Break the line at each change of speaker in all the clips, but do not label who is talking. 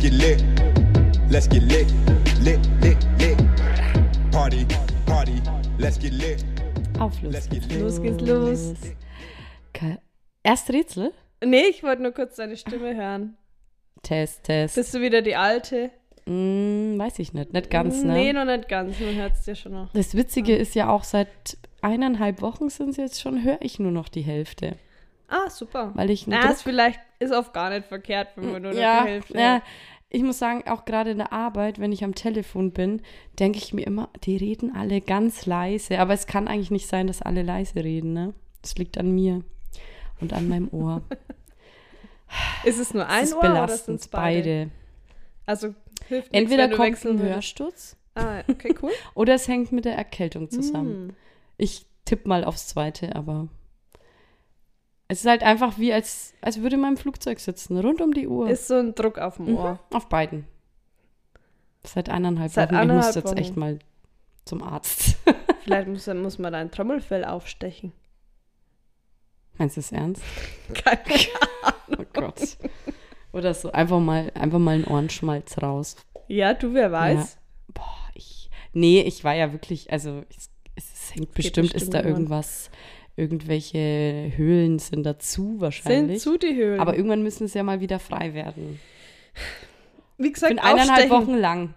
get lit. Let's get lit. Lit, lit, lit. Party, party. Let's get lit.
Auf los.
Let's get lit.
Los geht's los.
Ke- Erst Rätsel?
Nee, ich wollte nur kurz deine Stimme hören.
Test, Test.
Bist du wieder die alte?
Hm, weiß ich nicht. Nicht ganz, ne?
Nee, noch nicht ganz. Man hört es dir schon noch.
Das Witzige ist ja auch, seit eineinhalb Wochen sind es jetzt schon, höre ich nur noch die Hälfte.
Ah, super.
Weil ich einen
Na,
Druck-
ist vielleicht ist oft gar nicht verkehrt, wenn man nur noch
ja,
die Hälfte
ja,
hat.
ich muss sagen, auch gerade in der Arbeit, wenn ich am Telefon bin, denke ich mir immer, die reden alle ganz leise. Aber es kann eigentlich nicht sein, dass alle leise reden, ne? Das liegt an mir und an meinem Ohr.
Ist es nur ein
es ist
Ohr oder
belastend,
sind es beide? Also hilft nichts,
Entweder
wenn du
kommt
wechseln
ein
willst.
Hörsturz
Ah, okay, cool.
oder es hängt mit der Erkältung zusammen.
Hm.
Ich tippe mal aufs Zweite, aber es ist halt einfach wie, als, als würde man im Flugzeug sitzen, rund um die Uhr.
Hm. Ist so ein Druck auf dem
Mhm,
Ohr.
Auf beiden. Seit eineinhalb
Seit
Wochen. ich
eineinhalb
muss jetzt
Wochen.
echt mal zum Arzt.
Vielleicht muss, muss man dein Trommelfell aufstechen.
Meinst du es ernst?
Keine Ahnung.
Oh Gott. Oder so, einfach mal, einfach mal einen Ohrenschmalz raus.
Ja, du, wer weiß.
Boah, ich. Nee, ich war ja wirklich, also es, es hängt bestimmt, ist
bestimmt
da
an.
irgendwas, irgendwelche Höhlen sind dazu
Sind
wahrscheinlich.
zu die Höhlen.
aber irgendwann müssen es ja mal wieder frei werden.
wie
Ich
gesagt,
bin eineinhalb
aufstechen.
Wochen lang.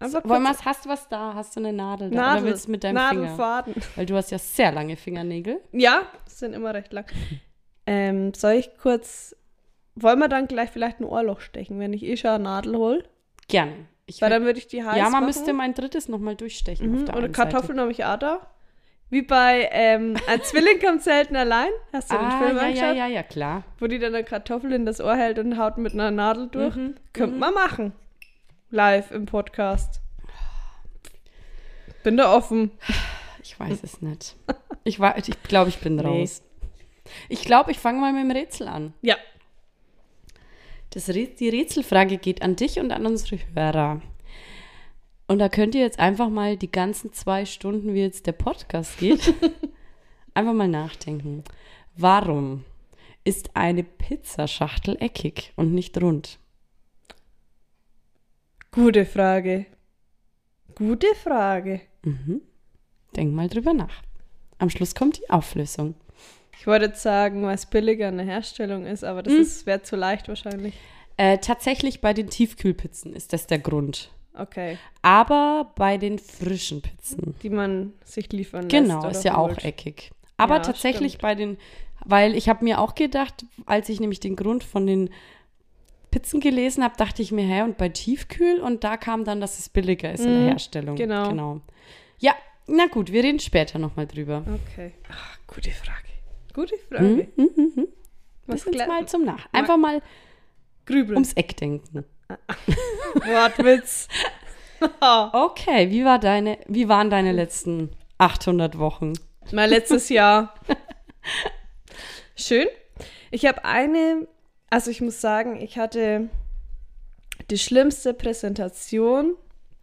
Einfach
Wollen
kurz
wir's, hast du was da? Hast du eine Nadel da? Oder
Nadel,
willst du mit deinem Finger?
Nadelfaden.
Weil du hast ja sehr lange Fingernägel.
Ja, sind immer recht lang. Ähm, soll ich kurz. Wollen wir dann gleich vielleicht ein Ohrloch stechen, wenn ich eh schon eine Nadel hole?
Gerne. Ich
Weil
würd-
dann würde ich die heiß
ja, man
machen.
müsste mein drittes nochmal durchstechen auf
Mhm,
der
Oder
einen
Kartoffeln habe ich auch da. Wie bei ähm, Ein Zwilling kommt selten allein. Hast du
Seite.
den
Ah,
Film
ja,
angeschaut?
ja, ja, ja, klar.
Wo die dann eine Kartoffel in das Ohr hält und haut mit einer Nadel durch.
Mhm,
Könnte man machen. Live im Podcast. Bin da offen.
Ich weiß es nicht. Ich, wa- ich glaube, ich bin raus. Ich glaube, ich fange mal mit dem Rätsel an.
Ja.
Das Rä- die Rätselfrage geht an dich und an unsere Hörer. Und da könnt ihr jetzt einfach mal die ganzen zwei Stunden, wie jetzt der Podcast geht, einfach mal nachdenken. Warum ist eine Pizzaschachtel eckig und nicht rund?
Gute Frage. Gute Frage.
Denk mal drüber nach. Am Schluss kommt die Auflösung.
Ich wollte jetzt sagen, weil es billiger in der Herstellung ist, aber
Hm?
das ist wäre zu leicht wahrscheinlich.
Äh, tatsächlich bei den Tiefkühlpizzen ist das der Grund.
Okay,
Aber bei den frischen Pizzen.
die man sich liefern lässt.
Genau,
oder
ist ja auch
holt.
eckig. Aber
Ja,
tatsächlich
stimmt.
bei den, weil ich habe mir auch gedacht, als ich nämlich den Grund von den Pizzen gelesen habe, dachte ich mir, hä, und bei Tiefkühl? Und da kam dann, dass es billiger ist in der
Mhm,
Herstellung.
genau.
Ja, na gut, wir reden später nochmal drüber.
Okay. Ach, Ah, gute Frage. Gute Frage.
Mhm, mhm, mhm.
Was Hm.
Lass uns
gleich-
mal zum Nach. Einfach mal
Grübeln.
ums Eck denken.
Wortwitz.
Okay, wie, war deine, wie waren deine letzten 800 Wochen?
mein letztes Jahr. Schön. Ich habe eine, also ich muss sagen, ich hatte die schlimmste Präsentation,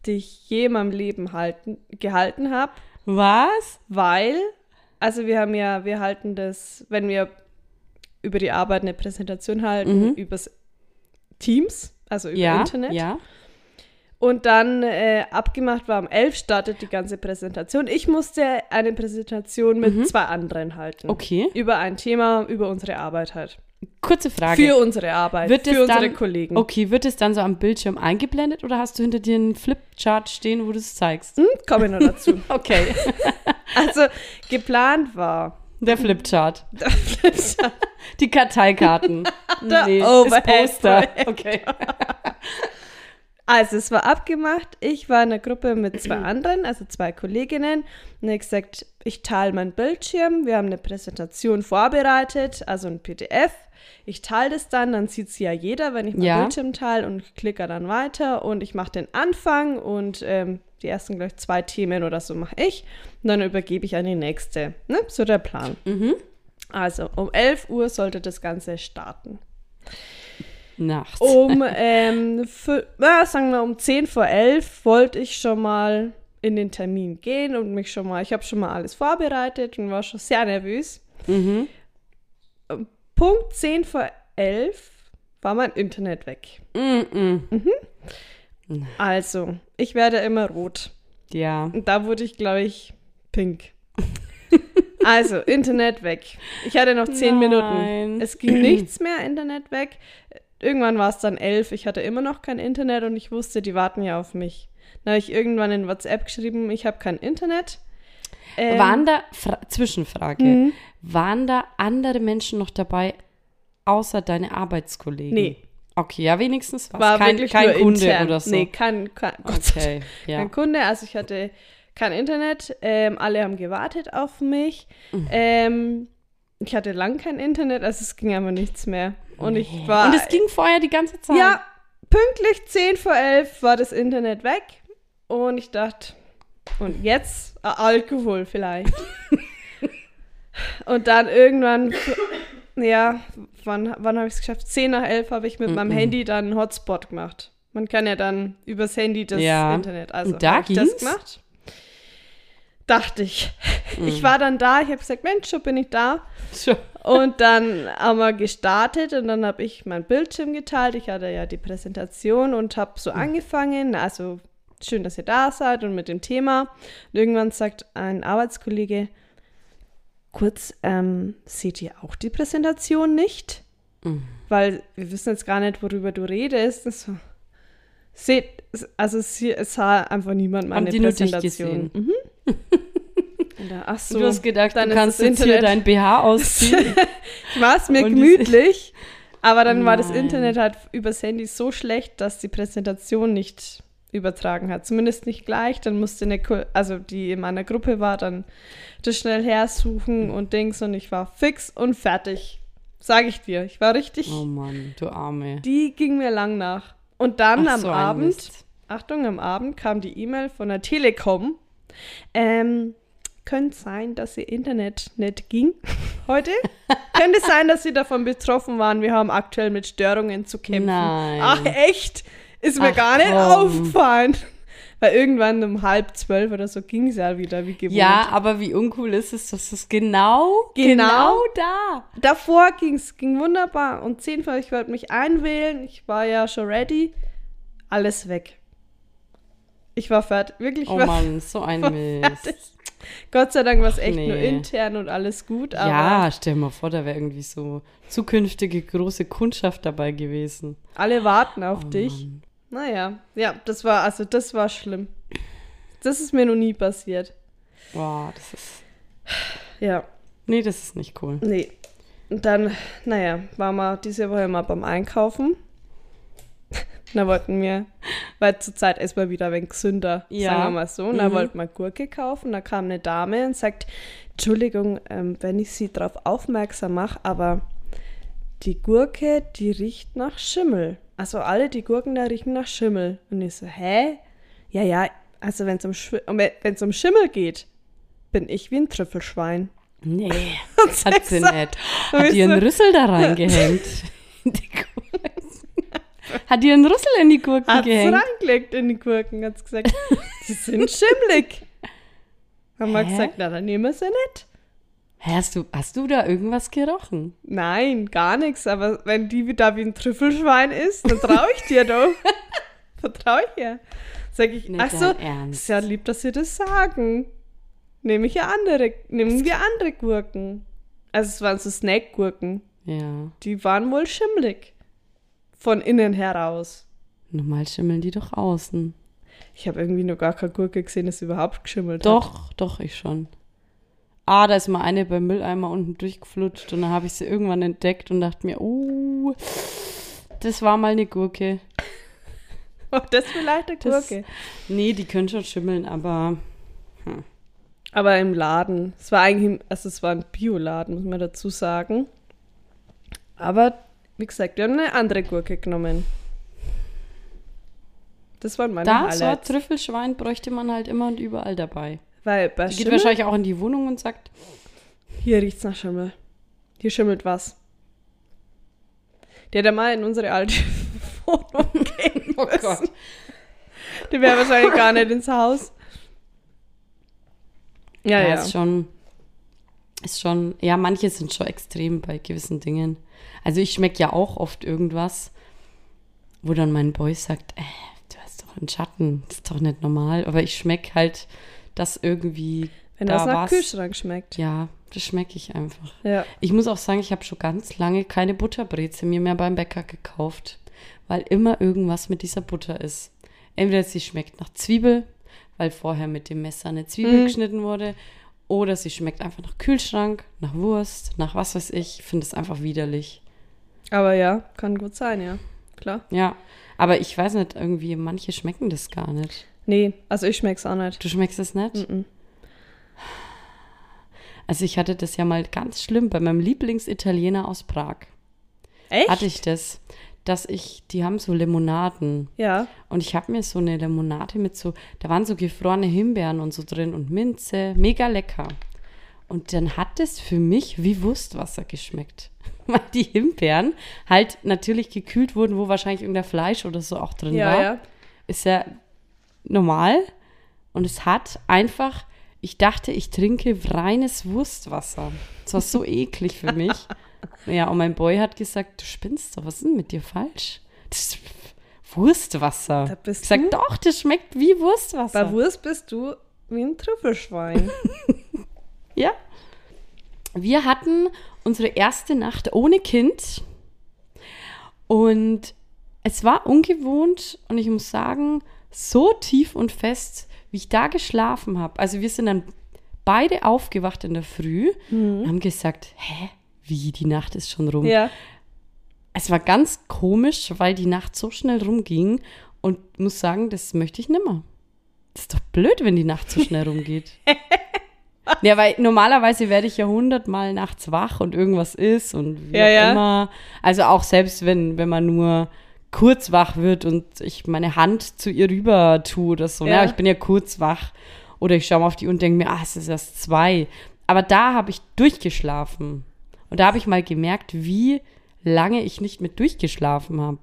die ich je in meinem Leben halten, gehalten habe.
Was?
weil, also wir haben ja, wir halten das, wenn wir über die Arbeit eine Präsentation halten,
Mhm.
übers Teams, also über
ja,
Internet.
ja.
Und dann äh, abgemacht war, um elf startet die ganze Präsentation. Ich musste eine Präsentation mit zwei anderen halten.
Mhm. Okay.
Über ein Thema, über unsere Arbeit halt.
Kurze Frage.
Für unsere Arbeit,
Wird
für
es
unsere
dann-
Kollegen.
Okay, wird es dann so am Bildschirm eingeblendet oder hast du hinter dir einen Flipchart stehen, wo du es zeigst?
Hm, komme ich noch dazu.
Okay,
also geplant war.
der Flipchart. Die Karteikarten.
Der
das
Overhead
Poster. Okay.
Also es war abgemacht, ich war in der Gruppe mit zwei anderen, also zwei Kolleginnen. Und ich gesagt, ich teile meinen Bildschirm, wir haben eine Präsentation vorbereitet, also ein PDF. Ich teile das dann, dann sieht sie ja jeder, wenn ich meinen
Ja.
Bildschirm teile und ich klicke dann weiter und ich mache den Anfang und ähm, die ersten gleich zwei Themen oder so mache ich. Und dann übergebe ich an die nächste. Ne? So der Plan.
Mhm.
Also um 11 Uhr sollte das Ganze starten
Nachts.
um, ähm, fü- na, sagen wir um 10 vor 11 wollte ich schon mal in den Termin gehen und mich schon mal, ich habe schon mal alles vorbereitet und war schon sehr nervös.
Mhm.
Punkt 10 vor 11 war mein Internet weg.
Mm-mm.
Also, ich werde immer rot.
Ja.
Und da wurde ich, glaube ich, pink. Also, Internet weg. Ich hatte noch zehn
Nein.
Minuten. Es ging nichts mehr, Internet weg. Irgendwann war es dann elf. Ich hatte immer noch kein Internet und ich wusste, die warten ja auf mich. Dann habe ich irgendwann in WhatsApp geschrieben, ich habe kein Internet. Ähm, Hm.
waren da, Fra Zwischenfrage, waren da andere Menschen noch dabei, außer deine Arbeitskollegen?
Nee.
Okay, ja, wenigstens was.
war
kein
wirklich
kein
nur
Kunde
intern.
oder so.
Nee, kein, kein, Gott sei
Okay, ja.
kein Kunde. Also ich hatte kein Internet. Ähm, alle haben gewartet auf mich.
Mhm.
Ähm, ich hatte lang kein Internet, also es ging einfach nichts mehr. Und ich war.
Und es ging vorher die ganze Zeit.
ja, pünktlich 10 vor 11 war das Internet weg. Und ich dachte, und jetzt Äh, Alkohol vielleicht. und dann irgendwann, ja, wann, wann habe ich es geschafft? 10 nach 11 habe ich mit meinem Handy dann einen Hotspot gemacht. Man kann ja dann übers Handy das
Ja.
Internet. Also
Und da
habe ich das
ging's?
gemacht. Dachte ich.
Mm.
Ich war dann da, ich habe gesagt, Mensch, schon bin ich da.
Schon.
Und dann haben wir gestartet und dann habe ich meinen Bildschirm geteilt. Ich hatte ja die Präsentation und habe so
Hm.
angefangen. Also schön, dass ihr da seid und mit dem Thema. Und irgendwann sagt ein Arbeitskollege, kurz, ähm, seht ihr auch die Präsentation nicht?
Hm.
Weil wir wissen jetzt gar nicht, worüber du redest. Das so, seht, also sie, es sah einfach niemand meine
die nur dich
Präsentation. Mhm. Und da, ach so,
du hast gedacht,
dann
du
ist
kannst
das
jetzt hier
Internet-
dein BH ausziehen.
ich war es mir
Und die-
gemütlich, aber dann war das
Nein.
Internet halt übers Handy so schlecht, dass die Präsentation nicht übertragen hat. Zumindest nicht gleich. Dann musste eine, Ko- also die in meiner Gruppe war, dann das schnell
Mhm.
hersuchen und Dings und ich war fix und fertig. Sag ich dir. Ich war richtig,
oh Mann, du Arme.
die ging mir lang nach. Und dann
Ach,
am
so ein
Abend,
Mist.
Achtung, am Abend kam die E-Mail von der Telekom. Ähm, könnte sein, dass ihr Internet nicht ging heute. könnte sein, dass sie davon betroffen waren. Wir haben aktuell mit Störungen zu kämpfen.
Nein.
Ach echt? Ist mir
Ach,
gar nicht
komm.
aufgefallen. Weil irgendwann um halb zwölf oder so ging es ja wieder wie gewohnt.
Ja, aber wie uncool ist es, dass es genau,
Genau.
genau, da.
Davor ging's, ging wunderbar. Um 10 Uhr, ich wollte mich einwählen. Ich war ja schon ready. Alles weg. Ich war fertig. Wirklich, ich
Oh
war
Mann, so ein
fertig.
Mist.
Gott sei Dank war es echt nur
nee.
intern und alles gut. Aber,
Ja, stell mal vor, da wäre irgendwie so zukünftige große Kundschaft dabei gewesen.
Alle warten auf
Oh
dich. Naja, ja, das war, also das war schlimm. Das ist mir noch nie passiert.
Boah, das ist.
Ja,
Nee, das ist nicht cool.
nee. Und dann, naja, waren wir diese Woche mal beim Einkaufen. Da wollten wir, weil zurzeit ist man wieder ein wenig gesünder,
Ja. Mhm.
sagen wir mal so. Und da wollten wir Gurke kaufen. Da kam eine Dame und sagt, Entschuldigung, ähm, wenn ich Sie darauf aufmerksam mache, aber die Gurke, die riecht nach Schimmel. Also alle die Gurken da riechen nach Schimmel. Und ich so, hä? Ja, ja, also wenn es um, Schwi- um, wenn's um Schimmel geht, bin ich wie ein Trüffelschwein.
Nee, hat sie
sagst-
nicht.
Und
Hat
ich
ihr
so-
einen Rüssel da reingehängt? In die Gurken. Hat ihr einen Rüssel in die Gurken
Hat sie
gehängt?
reingelegt in die Gurken, hat gesagt, sie sind schimmelig. Haben wir
Hä?
gesagt, na, dann nehmen wir sie nicht.
Hä, Hast du, hast du da irgendwas gerochen?
Nein, gar nichts, aber wenn die da wie ein Trüffelschwein ist, dann traue ich dir doch. Vertraue ich ihr. Sag ich,
Nicht
ach so,
dein Ernst.
ist ja lieb, dass sie das sagen. Nehme ich ja andere, nehmen wir andere Gurken. Also es waren so Snackgurken.
Ja.
Die waren wohl schimmelig. Von innen heraus.
Normal schimmeln die doch außen.
Ich habe irgendwie noch gar keine Gurke gesehen, dass sie überhaupt geschimmelt hat.
Doch, doch, ich schon. Ah, da ist mal eine beim Mülleimer unten durchgeflutscht und dann habe ich sie irgendwann entdeckt und dachte mir, uh, das war mal eine Gurke.
War das vielleicht eine
Das-
Gurke?
Nee, die können schon schimmeln, aber
Aber im Laden. Es war eigentlich, im- also es war ein Bioladen, muss man dazu sagen. Aber wie gesagt, wir haben eine andere Gurke genommen. Das waren meine
da, so ein
Highlights.
Trüffelschwein bräuchte man halt immer und überall dabei.
Weil bei
Die geht
Schimmel,
wahrscheinlich auch in die Wohnung und sagt,
hier riecht's nach Schimmel. Hier schimmelt was. Der da mal in unsere alte Wohnung gehen
oh
müssen.
Gott.
Der wäre wahrscheinlich gar nicht ins Haus. Ja,
Ja,
ja.
ist schon. Ist schon, ja, manche sind schon extrem bei gewissen Dingen. Also ich schmecke ja auch oft irgendwas, wo dann mein Boy sagt, äh, du hast doch einen Schatten, das ist doch nicht normal. Aber ich schmecke halt, dass irgendwie
Wenn
da
das nach
was.
Kühlschrank schmeckt.
Ja, das schmecke ich einfach.
Ja.
Ich muss auch sagen, ich habe schon ganz lange keine Butterbreze mir mehr beim Bäcker gekauft, weil immer irgendwas mit dieser Butter ist. Entweder sie schmeckt nach Zwiebel, weil vorher mit dem Messer eine Zwiebel
Mhm.
geschnitten wurde, oder sie schmeckt einfach nach Kühlschrank, nach Wurst, nach was weiß ich. Ich finde es einfach widerlich.
Aber ja, kann gut sein, ja. Klar.
Ja, aber ich weiß nicht, irgendwie manche schmecken das gar nicht.
Nee, also ich schmeck's auch nicht.
Du schmeckst es nicht?
Mhm.
Also ich hatte das ja mal ganz schlimm bei meinem Lieblingsitaliener aus Prag.
Echt?
Hatte ich das, dass ich, die haben so Limonaden.
Ja.
Und ich habe mir so eine Limonade mit so, da waren so gefrorene Himbeeren und so drin und Minze, mega lecker. Und dann hat es für mich wie Wurstwasser geschmeckt. Weil die Himbeeren halt natürlich gekühlt wurden, wo wahrscheinlich irgendein Fleisch oder so auch drin war.
Ja, ja.
Ist ja normal. Und es hat einfach, ich dachte, ich trinke reines Wurstwasser. Das war so eklig für mich. Ja, und mein Boy hat gesagt, du spinnst doch, was ist denn mit dir falsch? Das ist Wurstwasser.
Da bist
ich sag,
du.
doch, das schmeckt wie Wurstwasser.
Bei Wurst bist du wie ein Trüffelschwein.
ja. Wir hatten unsere erste Nacht ohne Kind und es war ungewohnt und ich muss sagen, so tief und fest, wie ich da geschlafen habe. Also wir sind dann beide aufgewacht in der Früh und haben gesagt, hä, wie, die Nacht ist schon rum.
ja.
Es war ganz komisch, weil die Nacht so schnell rumging und muss sagen, das möchte ich nimmer. Das ist doch blöd, wenn die Nacht so schnell rumgeht. ja, weil normalerweise werde ich ja hundertmal nachts wach und irgendwas ist und wie
Ja,
auch
ja.
immer. Also auch selbst wenn, wenn man nur kurz wach wird und ich meine Hand zu ihr rüber tue oder so.
Ja.
Ja. Ich bin ja kurz wach. Oder ich schaue mal auf die Uhr und denke mir, ah, es ist erst zwei. Aber da habe ich durchgeschlafen. Und da habe ich mal gemerkt, wie lange ich nicht mit durchgeschlafen habe.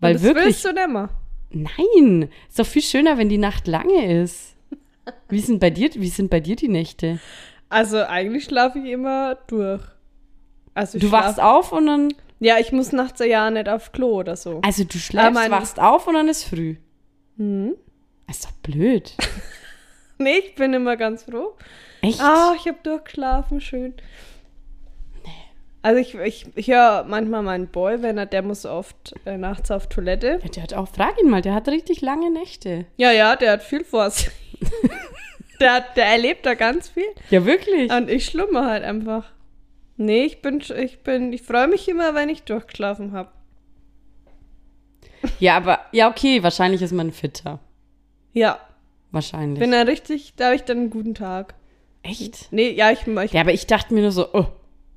Weil
Und das
wirklich.
willst du nimmer.
Nein, ist doch viel schöner, wenn die Nacht lange ist. Wie sind bei dir, wie sind bei dir die Nächte?
Also eigentlich schlafe ich immer durch. Also ich
Du wachst
schlaf-
auf und dann,
Ja, ich muss nachts ja nicht auf Klo oder so.
also du schläfst,
Ah, mein-
wachst auf und dann ist früh.
Mhm.
Ist doch blöd.
Nee, ich bin immer ganz froh.
Echt?
Ah, ich habe durchgeschlafen, schön. Also ich, ich, ich höre manchmal meinen Boy, wenn er, der muss oft äh, nachts auf Toilette.
Ja, der hat auch, frag ihn mal, der hat richtig lange Nächte.
Ja, ja, der hat viel vor sich. der, hat- der erlebt da ganz viel.
Ja, wirklich.
Und ich schlummer halt einfach. Nee, ich bin, sch- ich bin, ich freue mich immer, wenn ich durchgeschlafen habe.
Ja, aber, ja, okay, wahrscheinlich ist man fitter.
Ja,
Wahrscheinlich.
bin dann richtig, da habe ich dann einen guten Tag.
Echt?
Nee, ja, ich, ich
Ja, aber ich dachte mir nur so, oh,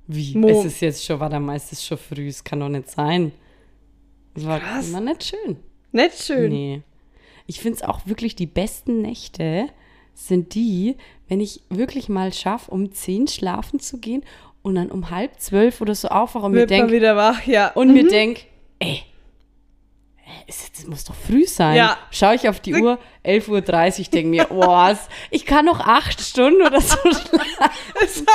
wie?
Mo-
Es ist jetzt schon, warte mal, es ist schon früh, es kann doch nicht sein. Das war
Krass.
immer nicht schön.
nicht schön.
Nee. Ich finde es auch wirklich die besten Nächte sind die, wenn ich wirklich mal schaffe, um zehn schlafen zu gehen und dann um halb zwölf oder so aufwache und mir
Wird man
denke,
wieder wach, ja. Mhm.
und mir denk, ey, es ist- es muss doch früh sein.
Ja.
Schaue ich auf die Uhr, 11.30 Uhr, denke mir, boah, es- ich kann noch acht Stunden oder so schlafen.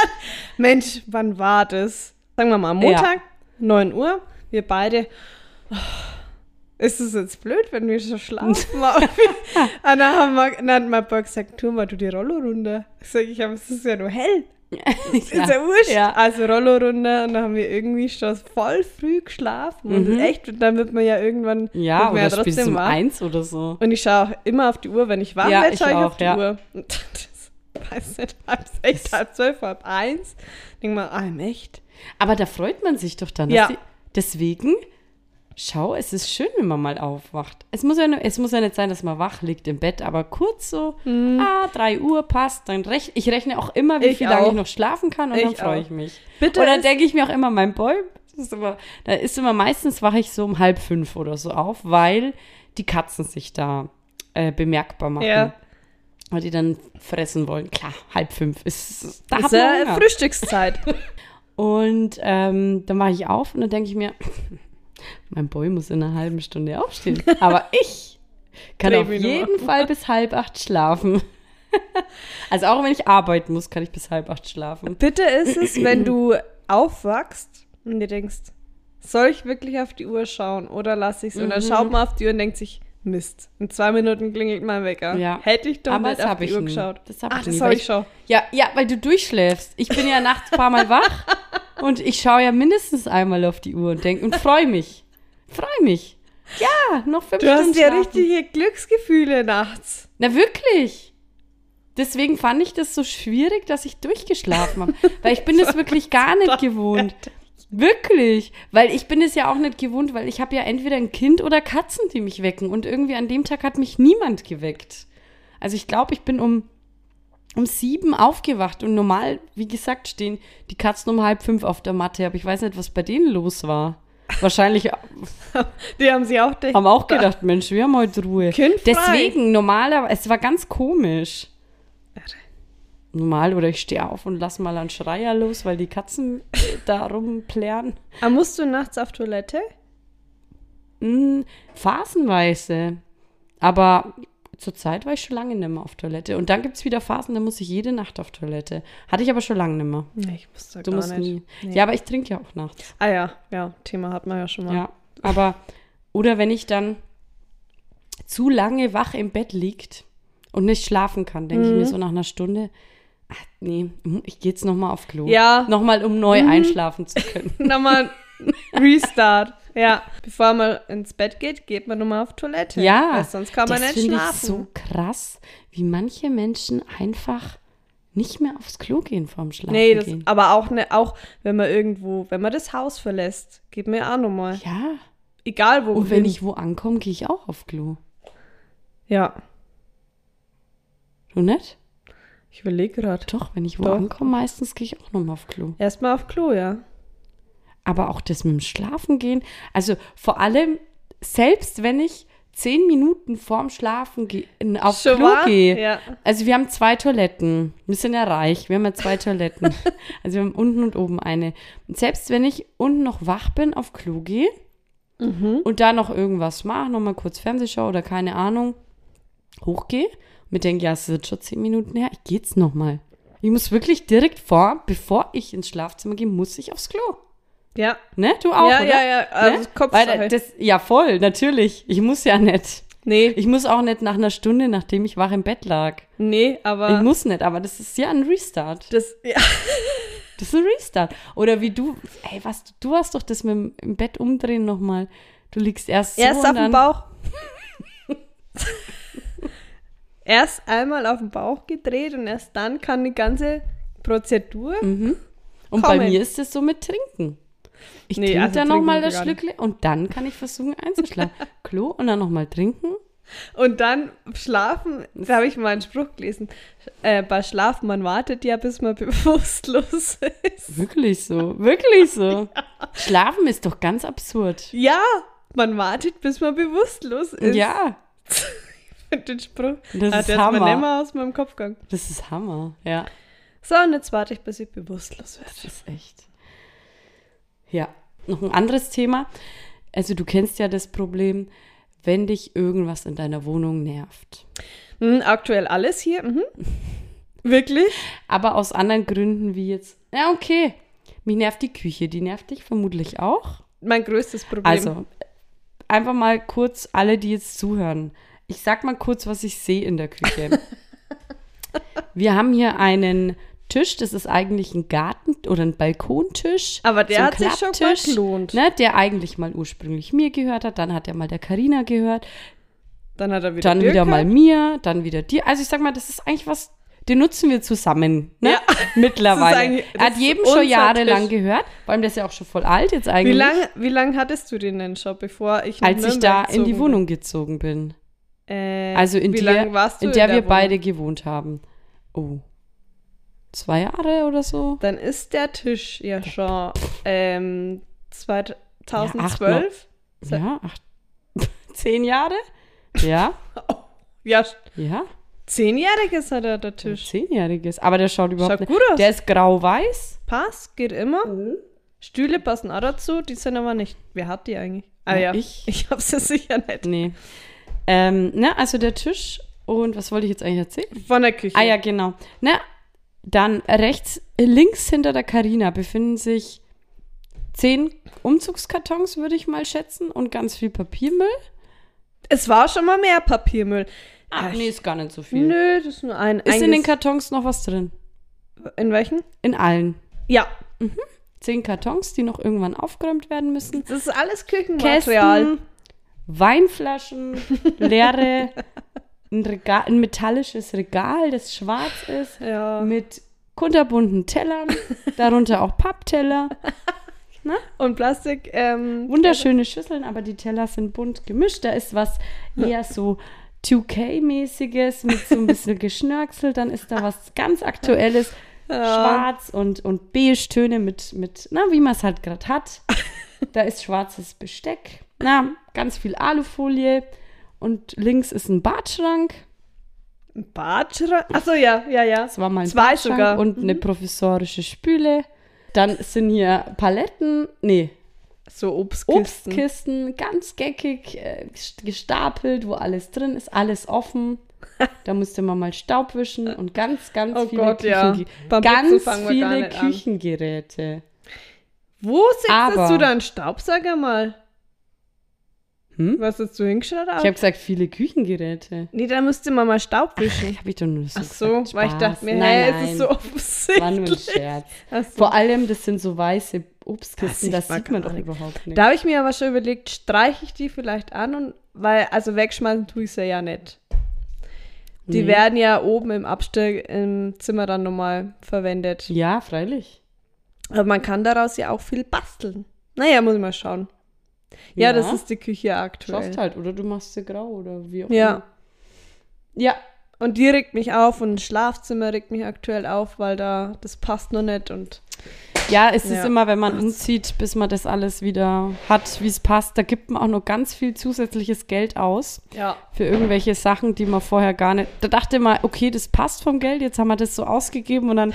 Mensch, wann war das? Sagen wir mal, am Montag, 9 Uhr, wir beide. oh, Ist es jetzt blöd, wenn wir so schlafen? und dann, haben wir, dann hat mein Boy gesagt, tu mal du die Rollo runter. Ich sag, ich hab, es ist ja nur hell. Ist ja wurscht.
Ja.
Also Rollo runter und dann haben wir irgendwie schon voll früh geschlafen. Und echt, und dann wird man ja irgendwann
Mhm. Ja,
wird man ja
oder spielst
trotzdem
um
wach.
eins oder so.
Und ich schaue auch immer auf die Uhr, wenn ich wach
Ja,
werde,
ich
schaue ich, auf
auch,
die
ja.
Uhr. Und dann, das weiß nicht, halb sechs, halb zwölf, halb eins. Denk mal, ah, im echt?
Aber da freut man sich doch dann. dass
Ja.
Die, deswegen, schau, es ist schön, wenn man mal aufwacht. Es muss ja, nur- es muss ja nicht sein, dass man wach liegt im Bett, aber kurz so, ah, 3 Uhr passt, dann rech ich rechne auch immer, wie
Mhm. Ich
viel lange
auch.
ich noch schlafen kann und
Ich
dann freue
auch.
ich mich.
Bitte
Und dann
ist-
denke ich mir auch immer, mein Boy, das ist immer, da ist immer meistens wache ich so um halb fünf oder so auf, weil die Katzen sich da äh, bemerkbar machen.
Ja.
Weil die dann fressen wollen. Klar, halb fünf ist, da
ist
hat man
ja
Hunger.
Frühstückszeit.
Und ähm, dann mache ich auf und dann denke ich mir, mein Boy muss in einer halben Stunde aufstehen. Aber ich kann
Dreh
auf
mich nur.
jeden Fall bis halb acht schlafen. Also auch wenn ich arbeiten muss, kann ich bis halb acht schlafen.
Bitte ist es, wenn du aufwachst und dir denkst, soll ich wirklich auf die Uhr schauen oder lasse ich es?
Mhm.
Und dann schaut man auf die Uhr und denkt sich, Mist, in zwei Minuten klingelt mein Wecker.
Ja.
Hätte ich doch
Aber
nicht
das
auf
hab
die
ich
Uhr
nie.
geschaut.
Das hab
Ach,
ich
das
nie,
habe
weil
ich schon.
Ja, ja, weil du durchschläfst. Ich bin ja nachts ein paar Mal wach und ich schaue ja mindestens einmal auf die Uhr und denke und freue mich. Freue mich. Ja, noch fünf
Du
Stunden.
hast ja
schlafen.
richtige Glücksgefühle nachts.
Na wirklich. Deswegen fand ich das so schwierig, dass ich durchgeschlafen habe. Weil ich bin das wirklich gar nicht gewohnt. Wirklich. Weil ich bin es ja auch nicht gewohnt, weil ich habe ja entweder ein Kind oder Katzen, die mich wecken. Und irgendwie an dem Tag hat mich niemand geweckt. Also ich glaube, ich bin um, um sieben aufgewacht und normal, wie gesagt, stehen die Katzen um halb fünf auf der Matte. Aber ich weiß nicht, was bei denen los war. Wahrscheinlich
Die haben sie auch gedacht.
haben auch gedacht, Mensch, wir haben heute Ruhe.
Kind frei.
Deswegen, normalerweise, es war ganz komisch.
Irre.
Normal, oder ich stehe auf und lass mal einen Schreier los, weil die Katzen äh, da rumplären.
Ah, musst du nachts auf Toilette?
Mm, phasenweise. Aber zurzeit war ich schon lange nicht mehr auf Toilette. Und dann gibt es wieder Phasen, da muss ich jede Nacht auf Toilette. Hatte ich aber schon lange nicht mehr.
Nee, ich muss da
Du
gar
musst nie.
nicht. Nee.
Ja, aber ich trinke ja auch nachts.
Ah ja, ja, Thema hat man ja schon mal.
Ja, aber oder wenn ich dann zu lange wach im Bett liegt und nicht schlafen kann, denke ich mir
Mhm.
so nach einer Stunde, ach, nee, hm, ich gehe jetzt noch mal auf Klo.
Ja. Mhm.
Noch mal, um neu einschlafen zu können.
Nochmal Restart. Ja, bevor man ins Bett geht, geht man nochmal auf Toilette.
ja.
Weil sonst kann man
das
nicht
finde
schlafen.
Ich so krass, wie manche Menschen einfach nicht mehr aufs Klo gehen vorm Schlafen
nee, das,
gehen.
aber auch, ne, auch wenn man irgendwo, wenn man das Haus verlässt, geht mir auch nochmal.
Ja.
Egal wo.
Und wenn
hin.
ich wo ankomme, gehe ich auch auf Klo.
Ja,
Du nicht?
ich überlege gerade.
Doch, wenn ich wo
Doch.
ankomme, meistens gehe ich auch noch mal auf Klo.
Erstmal auf Klo, ja.
aber auch das mit dem Schlafen gehen. Also vor allem, selbst wenn ich zehn Minuten vorm Schlafen gehen, auf
Schon
Klo
wahr?
gehe.
Ja.
Also wir haben zwei Toiletten. Wir sind ja reich. Wir haben ja zwei Toiletten. also wir haben unten und oben eine. Und selbst wenn ich unten noch wach bin, auf Klo gehe
Mhm.
und da noch irgendwas mache, nochmal kurz Fernsehschau oder keine Ahnung, hochgehe, mir denke, ja, es sind schon zehn Minuten her, ich gehe jetzt nochmal. Ich muss wirklich direkt vor, bevor ich ins Schlafzimmer gehe, muss ich aufs Klo.
Ja.
Ne, du auch,
Ja,
oder? Ne?
ja, ja, also Kopfsache.
Weil das, ja, voll, natürlich. Ich muss ja nicht.
Nee,
Ich muss auch nicht nach einer Stunde, nachdem ich wach im Bett lag.
nee, aber
Ich muss nicht, aber das ist ja ein Restart.
das, ja.
Das ist ein Restart. Oder wie du, ey, was, du hast doch das mit dem im Bett umdrehen nochmal. Du liegst erst so
Erst
und
auf
dann,
dem Bauch. erst einmal auf den Bauch gedreht und erst dann kann die ganze Prozedur.
Mhm. Und bei
kommen.
mir ist es so mit Trinken. Ich
Nee,
trinke
also
dann
trinken
nochmal
wir
das
gar nicht.
Schlückle und dann kann ich versuchen einzuschlafen. Klo und dann nochmal trinken.
Und dann schlafen, da habe ich mal einen Spruch gelesen. Äh, bei Schlafen, man wartet ja, bis man bewusstlos ist.
Wirklich so, wirklich so. Schlafen ist doch ganz absurd.
Ja, man wartet, bis man bewusstlos ist.
Ja.
Den Spruch.
Das
Ah,
ist
der mir
Hammer.
nicht mehr aus meinem Kopf gegangen.
Das ist Hammer, ja.
So, und jetzt warte ich, bis ich bewusstlos
Das
werde.
ist echt. Ja, noch ein anderes Thema. Also du kennst ja das Problem, wenn dich irgendwas in deiner Wohnung nervt.
Hm, aktuell alles hier. Mhm. Wirklich?
Aber aus anderen Gründen wie jetzt, ja okay, mich nervt die Küche, die nervt dich vermutlich auch.
Mein größtes Problem.
Also, einfach mal kurz alle, die jetzt zuhören. Ich sag mal kurz, was ich sehe in der Küche. Wir haben hier einen Tisch, das ist eigentlich ein Garten- oder ein Balkontisch.
Aber der
ein
hat sich schon
Klapptisch,
mal gelohnt.
Ne, der eigentlich mal ursprünglich mir gehört hat, dann hat er mal der Karina gehört,
Dann hat er wieder
dann
Dirk
wieder mal
gehabt.
mir, dann wieder dir. Also ich sag mal, das ist eigentlich was, den nutzen wir zusammen, ne?
Ja. Das ist
Mittlerweile.
eigentlich-
Er hat
das ist
jedem schon
unser
jahrelang
Tisch.
gehört, vor allem der ist ja auch schon voll alt jetzt
Wie
eigentlich.
lange wie lang hattest du den denn schon, bevor ich nach
als ich
Nürnberg
da in die
gezogen
Wohnung gezogen bin.
bin? Äh,
Also in,
wie
der,
lang warst du
in der wir
Wohnung?
beide gewohnt haben. Oh. Zwei Jahre oder so?
Dann ist der Tisch ja schon ähm, 2012. So-
Ja, acht. Zehn Jahre? Ja,
Ja, sch-
ja.
zehnjähriges hat er der Tisch.
Zehnjähriges. Aber der schaut überhaupt
Schaut gut aus.
Der ist grau-weiß.
Passt, geht immer.
Mhm.
Stühle passen auch dazu, die sind aber nicht. Wer hat die eigentlich? Ah
Na,
ja,
ich. Mhm.
ich, hab's ja sicher nicht.
Nee. Ähm, ne, also der Tisch Und was wollte ich jetzt eigentlich erzählen?
Von der Küche.
Ah ja, genau. Na, dann rechts, links hinter der Karina befinden sich zehn Umzugskartons, würde ich mal schätzen, und ganz viel Papiermüll.
Es war schon mal mehr Papiermüll.
Ach, Ah,
Ach,
nee, ist gar nicht so viel.
Äh, Nö, das ist nur ein.
Ist in
einges-
den Kartons noch was drin?
In welchen?
In allen.
Ja.
Zehn Kartons, die noch irgendwann aufgeräumt werden müssen.
Das ist alles Küchenmaterial.
Kästen, Weinflaschen, leere, ein, Regal, ein metallisches Regal, das schwarz ist,
Ja.
mit kunterbunten Tellern, darunter auch Pappteller,
Und Plastik. Ähm,
wunderschöne Schüsseln, aber die Teller sind bunt gemischt. Da ist was eher so 2K-mäßiges mit so ein bisschen Geschnörkel, dann ist da was ganz Aktuelles. Schwarz und, und Beige-Töne mit, mit, na, wie man es halt gerade hat. Da ist schwarzes Besteck, na, ganz viel Alufolie und links ist ein Badschrank.
Badschrank. Achso, ja, ja, ja.
Es war mal ein
Zwei
Badschrank
sogar. Mhm.
und eine provisorische Spüle. Dann sind hier Paletten, nee,
So Obstkisten.
Obstkisten, ganz geckig äh, gest- gestapelt, wo alles drin ist, alles offen. Da musste man mal Staub wischen und ganz, ganz
Oh
viele,
Gott, ja.
Küchenge-
Beim Putzen
ganz
fangen wir gar
viele
nicht an.
Küchengeräte.
Wo sitzt
Aber-
du deinen Staubsauger mal?
Hm?
Was hast du hingeschaut?
Ich habe gesagt, viele Küchengeräte.
nee, da müsste man mal Staub wischen.
Habe ich doch nur so
Ach so,
gesagt.
weil ich
Spaß.
dachte mir,
nein,
hä,
nein.
es ist so
War nur ein
offensichtlich.
Scherz.
Ach so.
Vor allem, das sind so weiße Obstkisten,
Das sieht
das,
man
sieht man
gar
doch
nicht.
überhaupt nicht.
Da habe ich mir aber schon überlegt, streiche ich die vielleicht an und weil, also wegschmeißen tue ich sie ja nicht. Die
Nee.
werden ja oben im Abstieg im Zimmer dann nochmal verwendet.
ja, freilich.
Aber man kann daraus ja auch viel basteln. Naja, muss ich mal schauen. Ja,
Ja.
das ist die Küche aktuell.
Schaffst halt, oder du machst sie grau oder wie auch
Ja.
immer. Ja,
Und die regt mich auf und das Schlafzimmer regt mich aktuell auf, weil da das passt noch nicht und
Ja, es ist
Ja.
immer, wenn man umzieht, bis man das alles wieder hat, wie es passt. Da gibt man auch noch ganz viel zusätzliches Geld aus
ja.
für irgendwelche Sachen, die man vorher gar nicht. Da dachte man, okay, das passt vom Geld, jetzt haben wir das so ausgegeben und dann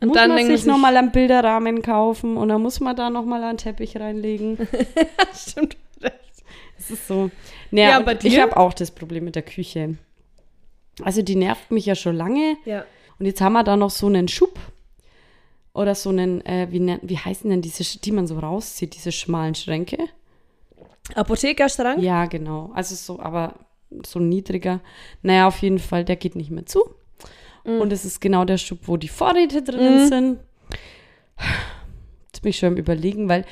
Und
muss
dann
man
denkt man
sich
sich-
nochmal einen Bilderrahmen kaufen und dann muss man da nochmal einen Teppich reinlegen.
Stimmt.
Das ist so. Naja,
Ja,
und
bei
ich
dir?
habe auch das Problem mit der Küche. Also die nervt mich ja schon lange.
Ja.
Und jetzt haben wir da noch so einen Schub oder so einen, äh, wie, nennt, wie heißen denn diese, Sch- die man so rauszieht, diese schmalen Schränke?
Apothekerschrank?
Ja, genau. Also so, aber so ein niedriger. Naja, auf jeden Fall, der geht nicht mehr zu. Und es ist genau der Schub, wo die Vorräte drinnen sind. Jetzt bin ich schon am Überlegen, weil,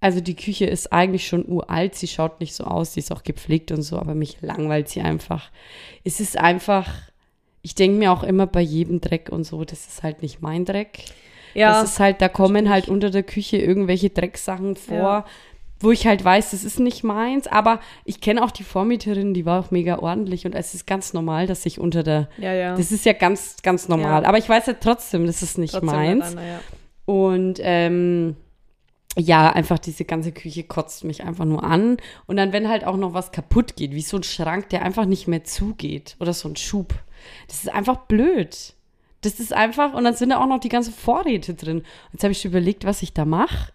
also die Küche ist eigentlich schon uralt. Sie schaut nicht so aus. Sie ist auch gepflegt und so, aber mich langweilt sie einfach. Es ist einfach, ich denke mir auch immer bei jedem Dreck und so, das ist halt nicht mein Dreck.
Ja.
Das ist halt, da kommen halt unter der Küche irgendwelche Drecksachen vor,
Ja.
wo ich halt weiß, das ist nicht meins. Aber ich kenne auch die Vormieterin, die war auch mega ordentlich und es ist ganz normal, dass ich unter der.
ja, ja.
Das ist ja ganz, ganz normal.
Ja.
Aber ich weiß ja trotzdem, das ist nicht
Trotzdem
meins.
miteinander, ja.
Und ähm, ja, einfach diese ganze Küche kotzt mich einfach nur an. Und dann, wenn halt auch noch was kaputt geht, wie so ein Schrank, der einfach nicht mehr zugeht oder so ein Schub. Das ist einfach blöd. Das ist einfach, und dann sind da auch noch die ganzen Vorräte drin. Jetzt habe ich schon überlegt, was ich da mache,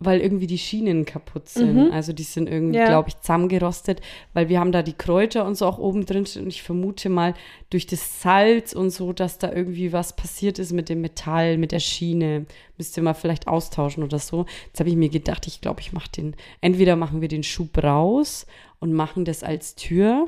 weil irgendwie die Schienen kaputt sind. Also die sind irgendwie,
Ja.
glaube ich, zusammengerostet, weil wir haben da die Kräuter und so auch oben drin stehen. Und ich vermute mal durch das Salz und so, dass da irgendwie was passiert ist mit dem Metall, mit der Schiene. Müsste man vielleicht austauschen oder so. Jetzt habe ich mir gedacht, ich glaube, ich mache den, entweder machen wir den Schub raus und machen das als Tür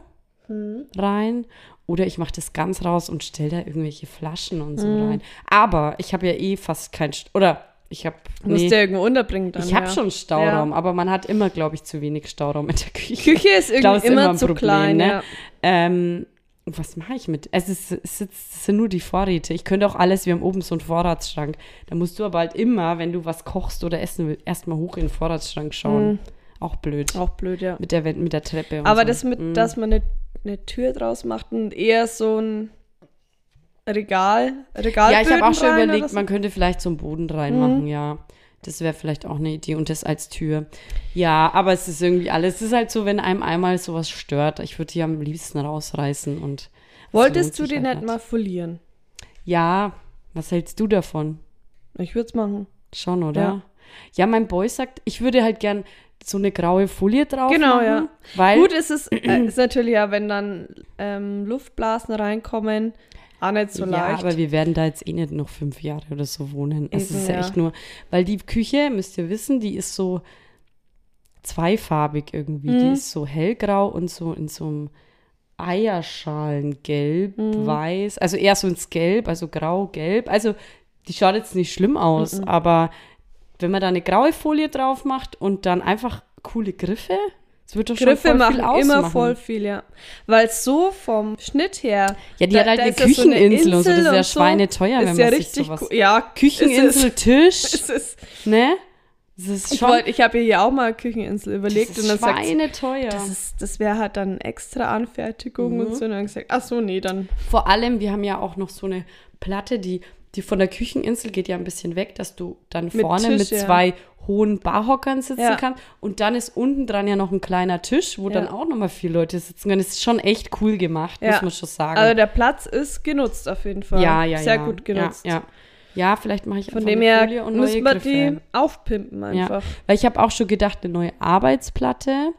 rein oder ich mache das ganz raus und stelle da irgendwelche Flaschen und so
Mhm.
rein. Aber ich habe ja eh fast keinen St oder ich habe
Musst
nee,
du ja irgendwo unterbringen dann.
ich habe
ja.
schon Stauraum,
Ja.
aber man hat immer, glaube ich, zu wenig Stauraum in der Küche.
Küche ist irgendwie
glaub, es ist
immer,
immer ein
zu
Problem,
klein,
ne?
ja.
Ähm, was mache ich mit? Es, ist, es, ist, es sind nur die Vorräte. Ich könnte auch alles, wir haben oben so einen Vorratsschrank. Da musst du aber halt immer, wenn du was kochst oder essen willst, erstmal hoch in den Vorratsschrank schauen. Auch blöd.
Auch blöd, ja.
Mit der, Wand- mit der Treppe. Und
Mhm. Oh. Aber
so. Mhm.
das mit, dass man eine, eine Tür draus macht und eher so ein Regal, Regal.
Ja, ich habe auch schon überlegt, man könnte vielleicht so einen Boden
Mhm.
reinmachen, ja. Das wäre vielleicht auch eine Idee und das als Tür. Ja, aber es ist irgendwie alles. Es ist halt so, wenn einem einmal sowas stört. Ich würde die am liebsten rausreißen und. es lohnt
Wolltest du
sich
den
halt
nicht mal folieren?
Ja, was hältst du davon?
Ich würde es machen.
Schon, oder? Ja.
Ja.
mein Boy sagt, ich würde halt gern so eine graue Folie drauf
Genau,
machen,
ja.
Weil
Gut ist es äh, ist natürlich ja, wenn dann ähm, Luftblasen reinkommen, auch nicht so
ja,
leicht.
aber wir werden da jetzt eh nicht noch fünf Jahre oder so wohnen. Es
Eben,
ist ja,
ja.
echt nur, weil die Küche, müsst ihr wissen, die ist so zweifarbig irgendwie. Die
Mhm.
ist so hellgrau und so in so einem Eierschalengelb,
Mhm.
weiß, also eher so ins Gelb, also grau-gelb. Also die schaut jetzt nicht schlimm
Mhm.
aus, aber wenn man da eine graue Folie drauf macht und dann einfach coole Griffe, es wird doch schon
Griffe
voll
machen
viel
immer
ausmachen.
voll viel, ja. Weil so vom Schnitt her.
Ja, die
da-
hat halt
da
eine
ist ja so eine
Kücheninsel und so, das ist
Insel
ja
und
schweineteuer, wenn
ist ja
man sich
richtig
sowas-
cool. Ja,
Kücheninsel,
Es
Tisch,
ist, es ist,
ne? Das ist
ich
schon
wollt- ich habe ihr ja auch mal Kücheninsel überlegt
das ist
und dann sagt sie,
schweineteuer.
das, ist- das wäre halt dann extra Anfertigung
Mhm.
und so. Und dann gesagt, ach so, nee, dann.
Vor allem, wir haben ja auch noch so eine Platte, die, die von der Kücheninsel geht ja ein bisschen weg, dass du dann vorne
Tisch,
mit
ja.
zwei hohen Barhockern sitzen
Ja.
kannst. Und dann ist unten dran ja noch ein kleiner Tisch, wo
Ja.
dann auch nochmal vier Leute sitzen können. Das ist schon echt cool gemacht,
Ja.
muss man schon sagen.
Also der Platz ist genutzt auf jeden Fall.
ja, ja,
Sehr
ja.
gut genutzt.
Ja, ja. ja vielleicht mache ich
Von
einfach
dem
eine
her
Folie und neue
müssen wir
Griffe.
die aufpimpen
Ja,
einfach.
weil ich habe auch schon gedacht, eine neue Arbeitsplatte.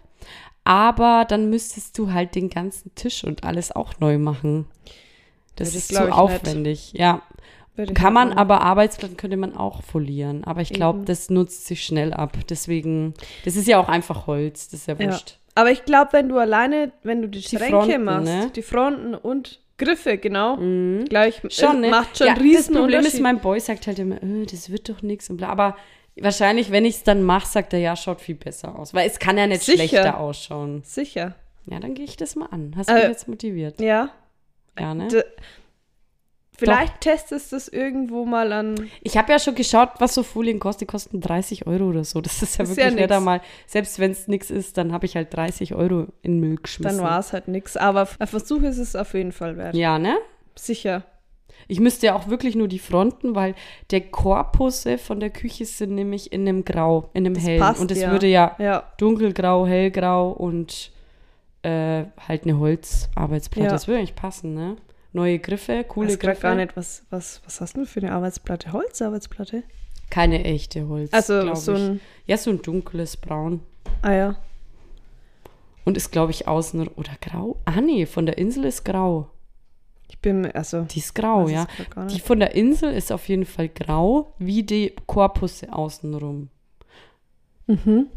Aber dann müsstest du halt den ganzen Tisch und alles auch neu machen. Das
Würde ich,
ist
glaub
zu
ich,
aufwendig. Ja,
Würde ich
kann
auch
man,
machen.
aber Arbeitsplatten könnte man auch folieren. Aber ich glaube,
Eben.
das nutzt sich schnell ab. Deswegen, das ist ja auch einfach Holz. Das ist ja
Ja.
wurscht.
Aber ich glaube, wenn du alleine, wenn du die Schränke
Fronten,
machst,
ne? Mhm.
die Fronten und Griffe, genau, gleich
Schon, ne?
macht schon
ja,
ja, riesen
Das Problem ist,
Unterschied.
mein Boy sagt halt immer, äh, das wird doch nichts und bla. Aber wahrscheinlich, wenn ich es dann mache, sagt er, ja, schaut viel besser aus. Weil es kann ja nicht
Sicher.
schlechter ausschauen.
Sicher.
Ja, dann gehe ich das mal an. Hast du
Äh,
mich jetzt motiviert?
Ja.
Ja, ne?
D- Vielleicht testest du es irgendwo mal an.
Ich habe ja schon geschaut, was so Folien kosten. Die kosten 30 Euro oder so. Das ist ja
Ist ja
wirklich
nix.
netter mal. Selbst wenn es nichts ist, dann habe ich halt 30 Euro in Müll geschmissen.
Dann halt. war es halt nix. Aber ein Versuch ist es auf jeden Fall wert.
Ja, ne?
Sicher.
Ich müsste ja auch wirklich nur die Fronten, weil der Korpusse von der Küche sind nämlich in einem Grau, in einem
Das
Hellen.
passt
und das
ja.
würde ja
Ja.
dunkelgrau, hellgrau und äh, halt eine Holzarbeitsplatte.
Ja.
Das würde eigentlich passen, ne? Neue Griffe, coole
ich weiß grad
Griffe.
gar nicht, was, was, was hast du für eine Arbeitsplatte? Holzarbeitsplatte?
Keine echte Holz.
Also
glaub
so
ich.
ein-
Ja, so ein dunkles Braun.
Ah ja.
Und ist, glaube ich, außen oder grau. Ah, nee, von der Insel ist grau.
Ich bin, mir- also,
Die ist grau,
Weiß
ja.
ich grad gar nicht.
Die von der Insel ist auf jeden Fall grau, wie die Korpusse außenrum.
mhm.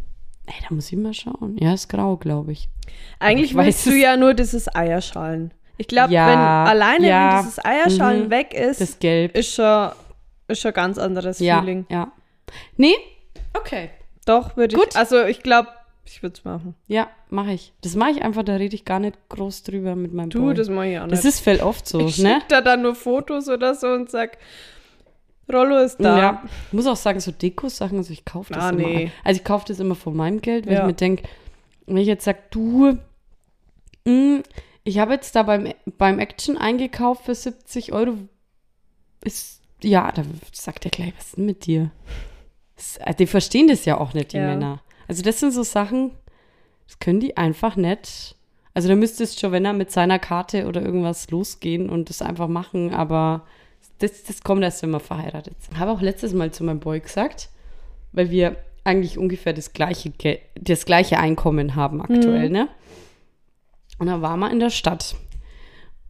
Ey, da muss ich mal schauen. Ja, ist grau, glaube ich.
Eigentlich
ich weiß
weißt du
es-
ja nur dieses Eierschalen. Ich glaube,
Ja,
wenn alleine
ja,
wenn dieses Eierschalen
mhm.
weg ist,
Das Gelb.
ist schon, ist schon ganz anderes
ja,
Feeling.
ja. Nee? Okay.
Doch, würde
Gut.
ich. Also ich glaube, ich würde es machen.
Ja, mache ich. Das mache ich einfach, da rede ich gar nicht groß drüber mit meinem
Du,
Boy.
das mache ich auch
Das
nicht.
ist voll oft so,
ich
ne?
schick da dann nur Fotos oder so und sag, Rollo ist da.
Ja, ich muss auch sagen, so Deko-Sachen, also ich kaufe das
Ah,
immer.
nee.
Also ich kaufe das immer von meinem Geld, weil
Ja.
ich mir denke, wenn ich jetzt sage, du, mm, ich habe jetzt da beim, beim Action eingekauft für 70 Euro, ist, ja, da sagt er gleich, was ist denn mit dir? Das, äh, die verstehen das ja auch nicht, die
Ja.
Männer. Also das sind so Sachen, das können die einfach nicht. Also da müsste es schon, wenn er mit seiner Karte oder irgendwas losgehen und das einfach machen, aber das, das kommt erst, wenn wir verheiratet sind. Habe auch letztes Mal zu meinem Boy gesagt, weil wir eigentlich ungefähr das gleiche, Ge- das gleiche Einkommen haben aktuell,
Mhm.
ne? Und da war mal in der Stadt.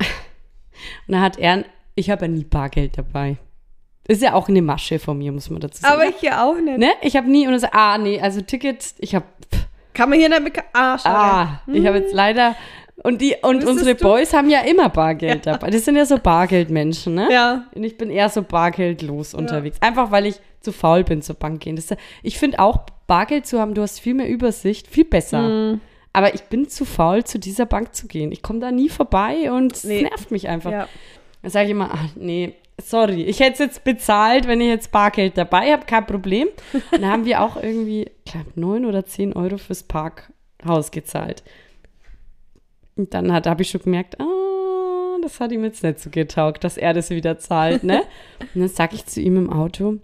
Und da hat er, ich habe ja nie Bargeld dabei. Ist ja auch eine Masche von mir, muss man dazu sagen.
Aber ich hier auch nicht.
ne? Ich habe nie und das, ah, nee, also Tickets, ich habe
Kann man hier nicht mit. Ah, schade.
Ah, ich habe jetzt leider. Und, die, und
Müsstest
unsere
du-
Boys haben ja immer Bargeld dabei. Das sind ja so Bargeldmenschen, ne?
Ja.
Und ich bin eher so bargeldlos unterwegs. Einfach weil ich zu faul bin, zur Bank gehen. Das, ist- ich finde auch, Bargeld zu haben, du hast viel mehr Übersicht, viel besser.
Hm.
Aber ich bin zu faul, zu dieser Bank zu gehen. Ich komme da nie vorbei und es
Nee.
nervt mich einfach.
Ja.
Dann sage ich immer, ach nee, sorry, ich hätte es jetzt bezahlt, wenn ich jetzt Bargeld dabei habe, kein Problem. Und dann haben wir auch irgendwie, ich glaube, 9 oder 10 Euro fürs Parkhaus gezahlt. Und dann hat, habe ich schon gemerkt, ah, das hat ihm jetzt nicht so getaugt, dass er das wieder zahlt, ne? Und dann sage ich zu ihm im Auto,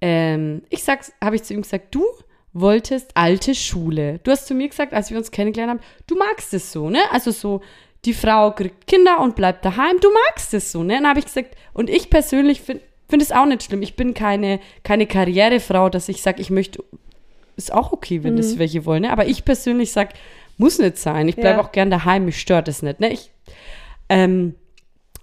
ähm, ich sag's, habe ich zu ihm gesagt, du wolltest alte Schule. Du hast zu mir gesagt, als wir uns kennengelernt haben, du magst es so, ne? Also so, die Frau kriegt Kinder und bleibt daheim, du magst es so, ne? Dann habe ich gesagt, und ich persönlich finde find es auch nicht schlimm. Ich bin keine, keine Karrierefrau, dass ich sage, ich möchte ist auch okay, wenn das welche wollen. Ne? Aber ich persönlich sage, muss nicht sein. Ich bleibe
Ja.
auch gern daheim, mich stört es nicht. Ne? Ich, ähm,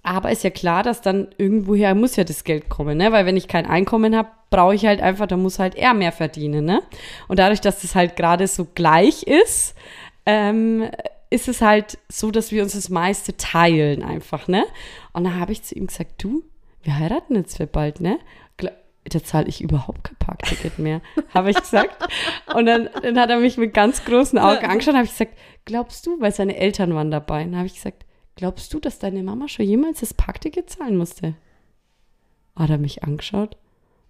aber ist ja klar, dass dann irgendwoher muss ja das Geld kommen, ne? Weil wenn ich kein Einkommen habe, brauche ich halt einfach, dann muss halt er mehr verdienen, ne? Und dadurch, dass das halt gerade so gleich ist, ähm, ist es halt so, dass wir uns das meiste teilen einfach, ne? Und dann habe ich zu ihm gesagt, du, wir heiraten jetzt für bald, ne? Gla- Da zahle ich überhaupt kein Parkticket mehr, habe ich gesagt. Und dann, dann hat er mich mit ganz großen Augen angeschaut, habe ich gesagt, glaubst du, weil seine Eltern waren dabei, und dann habe ich gesagt, glaubst du, dass deine Mama schon jemals das Parkticket zahlen musste? Hat er mich angeschaut?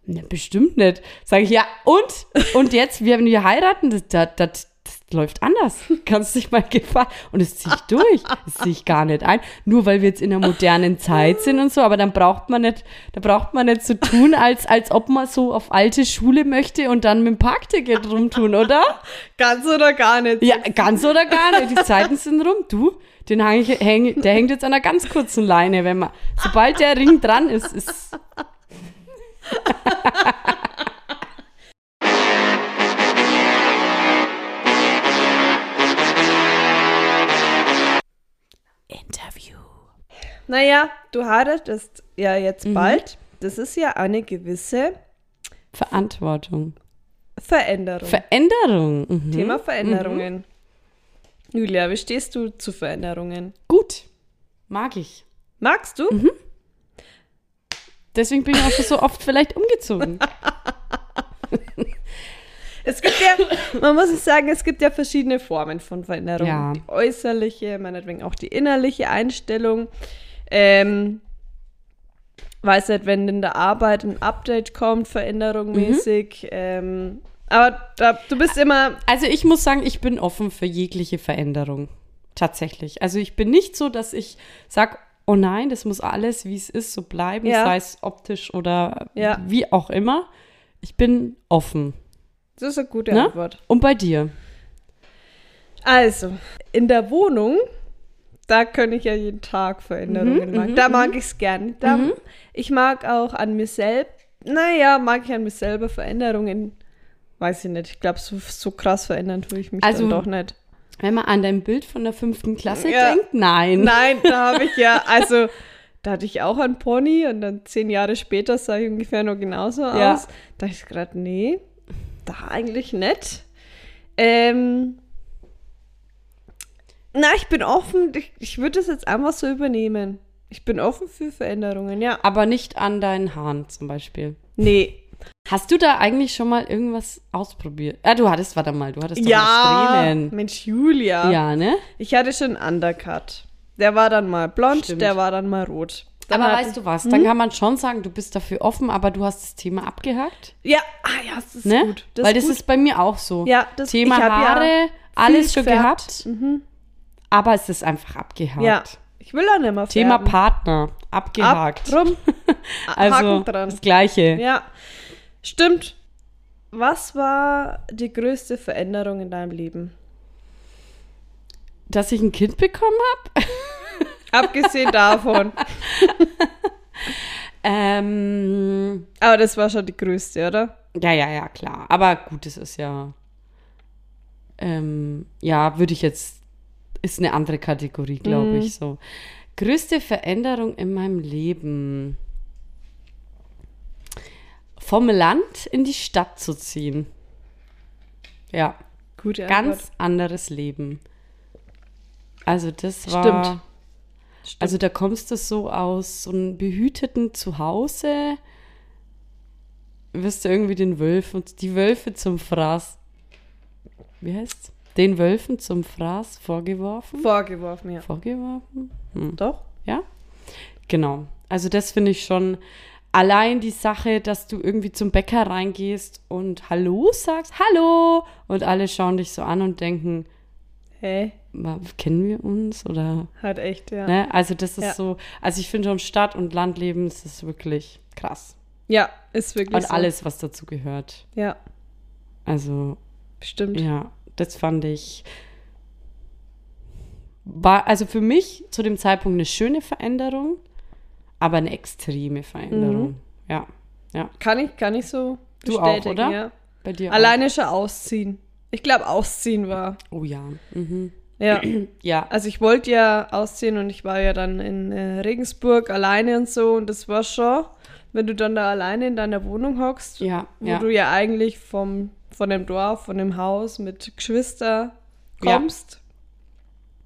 Ne, bestimmt nicht. Sage ich, ja, und? Und jetzt, wenn wir heiraten, das, das, das, das läuft anders. Kannst dich mal gefallen. Und das ziehe ich durch. Das ziehe ich gar nicht ein. Nur weil wir jetzt in der modernen Zeit sind und so, aber dann braucht man nicht, da braucht man nicht so tun, als, als ob man so auf alte Schule möchte und dann mit dem Parkticket rumtun, oder?
Ganz oder gar nicht.
Ja, ganz oder gar nicht. Die Zeiten sind rum. Du, den hang ich, häng, der hängt jetzt an einer ganz kurzen Leine, wenn man. Sobald der Ring dran ist, ist. Interview.
Naja, du heiratest ja jetzt
Mhm.
bald. Das ist ja eine gewisse
Verantwortung.
Veränderung.
Veränderung. Mhm.
Thema Veränderungen. Julia, wie stehst du zu Veränderungen?
Gut. Mag ich.
Magst du?
Mhm. Deswegen bin ich auch schon so oft vielleicht umgezogen.
Es gibt ja, man muss es sagen, es gibt ja verschiedene Formen von Veränderungen.
Ja.
Die äußerliche, meinetwegen auch die innerliche Einstellung. Ähm, weiß nicht, wenn in der Arbeit ein Update kommt, Veränderung
Mhm.
mäßig. Ähm, aber da, du bist immer,
Also ich muss sagen, ich bin offen für jegliche Veränderung. Tatsächlich. Also ich bin nicht so, dass ich sage, oh nein, das muss alles, wie es ist, so bleiben,
Ja.
sei es optisch oder
Ja.
wie auch immer. Ich bin offen.
das ist eine gute
Ne?
Antwort.
Und bei dir?
Also, in der Wohnung, da kann ich ja jeden Tag
Mhm,
Veränderungen machen. Da mag ich es gern. Da, Ich mag auch an mir selbst, naja, mag ich an mir selber Veränderungen. Weiß ich nicht. Ich glaube, so, so krass verändern tue ich mich
Also-
dann doch nicht.
Wenn man an dein Bild von der fünften Klasse
Ja.
denkt, nein.
Nein, da habe ich ja, also da hatte ich auch einen Pony und dann zehn Jahre später sah ich ungefähr noch genauso
Ja.
aus. Da dachte ich gerade, nee, da eigentlich nicht. Ähm, na, ich bin offen, ich, ich würde das jetzt einfach so übernehmen. Ich bin offen für Veränderungen, ja.
Aber nicht an deinen Haaren zum Beispiel.
Nee.
Hast du da eigentlich schon mal irgendwas ausprobiert? Ah, du hattest, warte mal, du hattest doch mal
Ja,
Strähnen.
Mensch, Julia.
Ja, ne?
Ich hatte schon einen Undercut. Der war dann mal blond,
Stimmt.
der war dann mal rot. Dann
aber
hat- Hm?
weißt du was, dann kann man schon sagen, du bist dafür offen, aber du hast das Thema abgehakt.
Ja, ah, ja, das ist
ne?
gut.
Weil das
gut.
ist bei mir auch so.
Ja, das-
Thema
ich hab ja
Haare, alles schon
gefärbt. Mhm.
gehabt, aber es ist einfach abgehakt.
Ja, ich will auch nicht mehr
Thema
färben.
Partner, abgehakt.
Ab, drum,
also
Haken dran.
das Gleiche.
Ja, stimmt. Was war die größte Veränderung in deinem Leben?
Dass ich ein Kind bekommen habe?
Abgesehen davon.
Ähm,
Aber das war schon die größte, oder?
ja, ja, ja, klar. Aber gut, das ist ja. Ähm, ja, würde ich jetzt. Ist eine andere Kategorie, glaube ich, so. Größte Veränderung in meinem Leben. Vom Land in die Stadt zu ziehen. Ja,
Gute
ganz
Antwort.
anderes Leben. Also das war.
Stimmt. Stimmt.
Also da kommst du so aus so einem behüteten Zuhause, wirst du irgendwie den Wölfen, die Wölfe zum Fraß, wie heißt's? Den Wölfen zum Fraß vorgeworfen?
vorgeworfen, ja.
Vorgeworfen?
Doch?
Ja, genau. Also das finde ich schon allein die Sache, dass du irgendwie zum Bäcker reingehst und Hallo sagst, Hallo! Und alle schauen dich so an und denken,
Hey,
"Ma- kennen wir uns oder
halt echt, ja.
Ne? Also das ist
Ja.
so, also ich finde schon Stadt- und Landleben, es ist wirklich krass.
Ja, ist wirklich
Und
so.
alles, was dazu gehört.
Ja,
Also
stimmt.
ja, das fand ich, war also für mich zu dem Zeitpunkt eine schöne Veränderung, aber
Mhm.
eine extreme Veränderung. Ja, ja.
Kann ich, kann ich so
Du auch,
bestätigen,
oder?
ja.
Bei dir auch.
Alleine schon ausziehen. Ich glaube, ausziehen war.
Oh ja. Mhm.
Ja.
Ja.
Also ich wollte ja ausziehen und ich war ja dann in äh, Regensburg alleine und so und das war schon, wenn du dann da alleine in deiner Wohnung hockst,
Ja,
wo
ja.
du ja eigentlich vom, von dem Dorf, von dem Haus mit Geschwister
Ja.
kommst.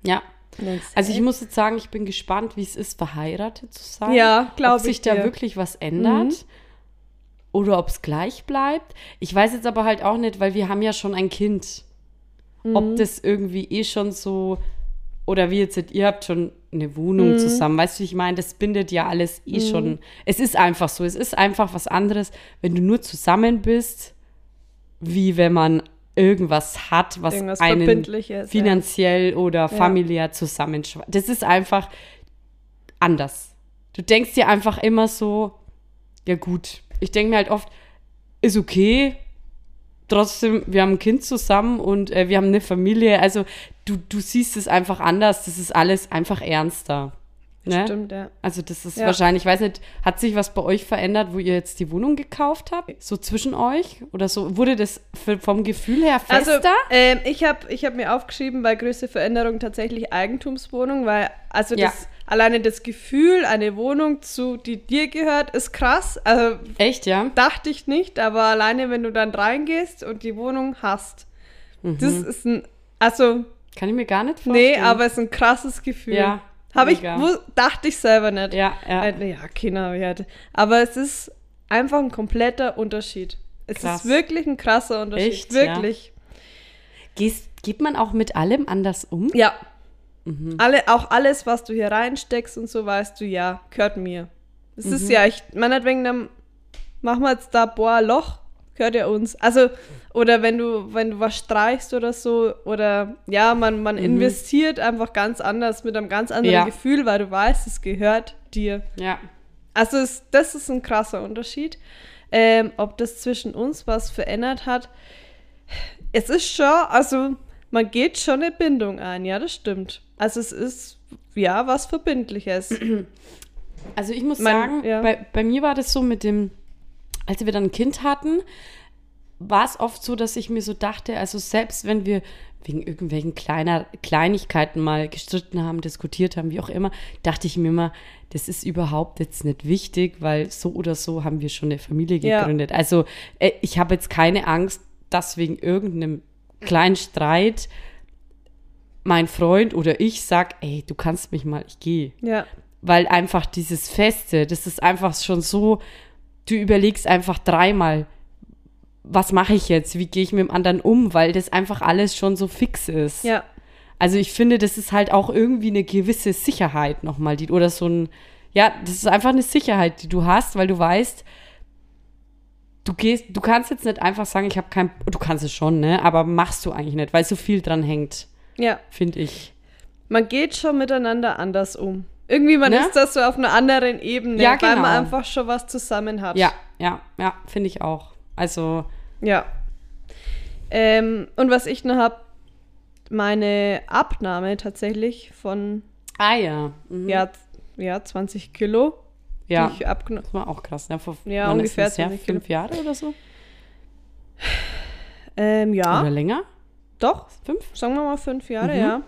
Ja.
Denkst du,
Also ich
ey,
muss jetzt sagen, ich bin gespannt, wie es ist, verheiratet zu sein.
Ja, glaub
Ob sich
ich
da
dir. Mhm.
wirklich was ändert oder ob es gleich bleibt. Ich weiß jetzt aber halt auch nicht, weil wir haben ja schon ein Kind.
Mhm.
Ob das irgendwie eh schon so oder wie jetzt, ihr habt schon eine
Mhm.
Wohnung zusammen, weißt du, wie ich meine, das bindet ja alles eh schon. Es ist einfach so, es ist einfach was anderes, wenn du nur zusammen bist, wie wenn man irgendwas hat, was
Irgendwas
einen
Verbindliches, ja.
finanziell oder familiär zusammenschweißt. Das ist einfach anders. Du denkst dir einfach immer so, ja gut, ich denke mir halt oft, ist okay, trotzdem, wir haben ein Kind zusammen und äh, wir haben eine Familie. Also du, du siehst es einfach anders. Das ist alles einfach ernster. Ne?
Stimmt, ja.
Also das ist
Ja.
wahrscheinlich, ich weiß nicht, hat sich was bei euch verändert, wo ihr jetzt die Wohnung gekauft habt? So zwischen euch? Oder so wurde das f- vom Gefühl her
Also,
fester?
ähm, ich habe ich hab mir aufgeschrieben, bei größte Veränderung tatsächlich Eigentumswohnung, weil also
Ja.
das, alleine das Gefühl, eine Wohnung zu, die dir gehört, ist krass. Also
Echt, ja?
dachte ich nicht, aber alleine wenn du dann reingehst und die Wohnung hast, das
Mhm.
ist ein, also
Kann ich mir gar nicht vorstellen.
nee, aber es ist ein krasses Gefühl.
Ja,
Habe ich,
mega.
wu- dachte ich selber nicht.
Ja, ja.
Äh, ja, Kinder, ja. Aber es ist einfach ein kompletter Unterschied. Es
Krass.
ist wirklich ein krasser Unterschied.
Echt, ja?
wirklich.
Gehst, geht man auch mit allem anders um?
Ja. Alle, auch alles, was du hier reinsteckst und so, weißt du, ja, gehört mir. Es ist ja, ich, meinetwegen, dann machen wir jetzt da, boah, Loch, gehört ja uns. Also, oder wenn du, wenn du was streichst oder so, oder ja, man, man investiert einfach ganz anders, mit einem ganz anderen
Ja.
Gefühl, weil du weißt, es gehört dir.
Ja.
Also es, das ist ein krasser Unterschied. Ähm, ob das zwischen uns was verändert hat, es ist schon, also man geht schon eine Bindung ein, ja, das stimmt. Also es ist ja was Verbindliches.
Also ich muss
Mein-
sagen,
ja.
bei, bei mir war das so mit dem, als wir dann ein Kind hatten, war es oft so, dass ich mir so dachte, also selbst wenn wir wegen irgendwelchen kleiner Kleinigkeiten mal gestritten haben, diskutiert haben, wie auch immer, dachte ich mir immer, das ist überhaupt jetzt nicht wichtig, weil so oder so haben wir schon eine Familie
Ja.
gegründet. Also äh, ich habe jetzt keine Angst, dass wegen irgendeinem kleinen Streit mein Freund oder ich sag, ey, du kannst mich mal, ich gehe
ja,
weil einfach dieses Feste, das ist einfach schon so, du überlegst einfach dreimal, was mache ich jetzt, wie gehe ich mit dem anderen um, weil das einfach alles schon so fix ist.
ja,
Also ich finde, das ist halt auch irgendwie eine gewisse Sicherheit nochmal, die, oder so ein, ja, das ist einfach eine Sicherheit, die du hast, weil du weißt, du gehst, du kannst jetzt nicht einfach sagen, ich habe kein, du kannst es schon, ne, aber machst du eigentlich nicht, weil so viel dran hängt,
ja.
finde ich.
Man geht schon miteinander anders um. Irgendwie man
Ne?
ist das so auf einer anderen Ebene,
Ja,
weil
genau.
man einfach schon was zusammen hat.
Ja, ja, ja, finde ich auch. Also,
Ja. Ähm, und was ich noch habe, meine Abnahme tatsächlich von
ah ja. Mhm.
ja, z- ja 20 Kilo.
Ja,
Die ich abgenommen.
das war auch krass. Ne? Vor
Ja,
wann
ungefähr genau.
ist das her?
20 Kilo.
fünf Jahre oder so?
Ähm, ja,
Oder länger?
doch.
Fünf?
Sagen wir mal fünf Jahre,
Mhm.
ja.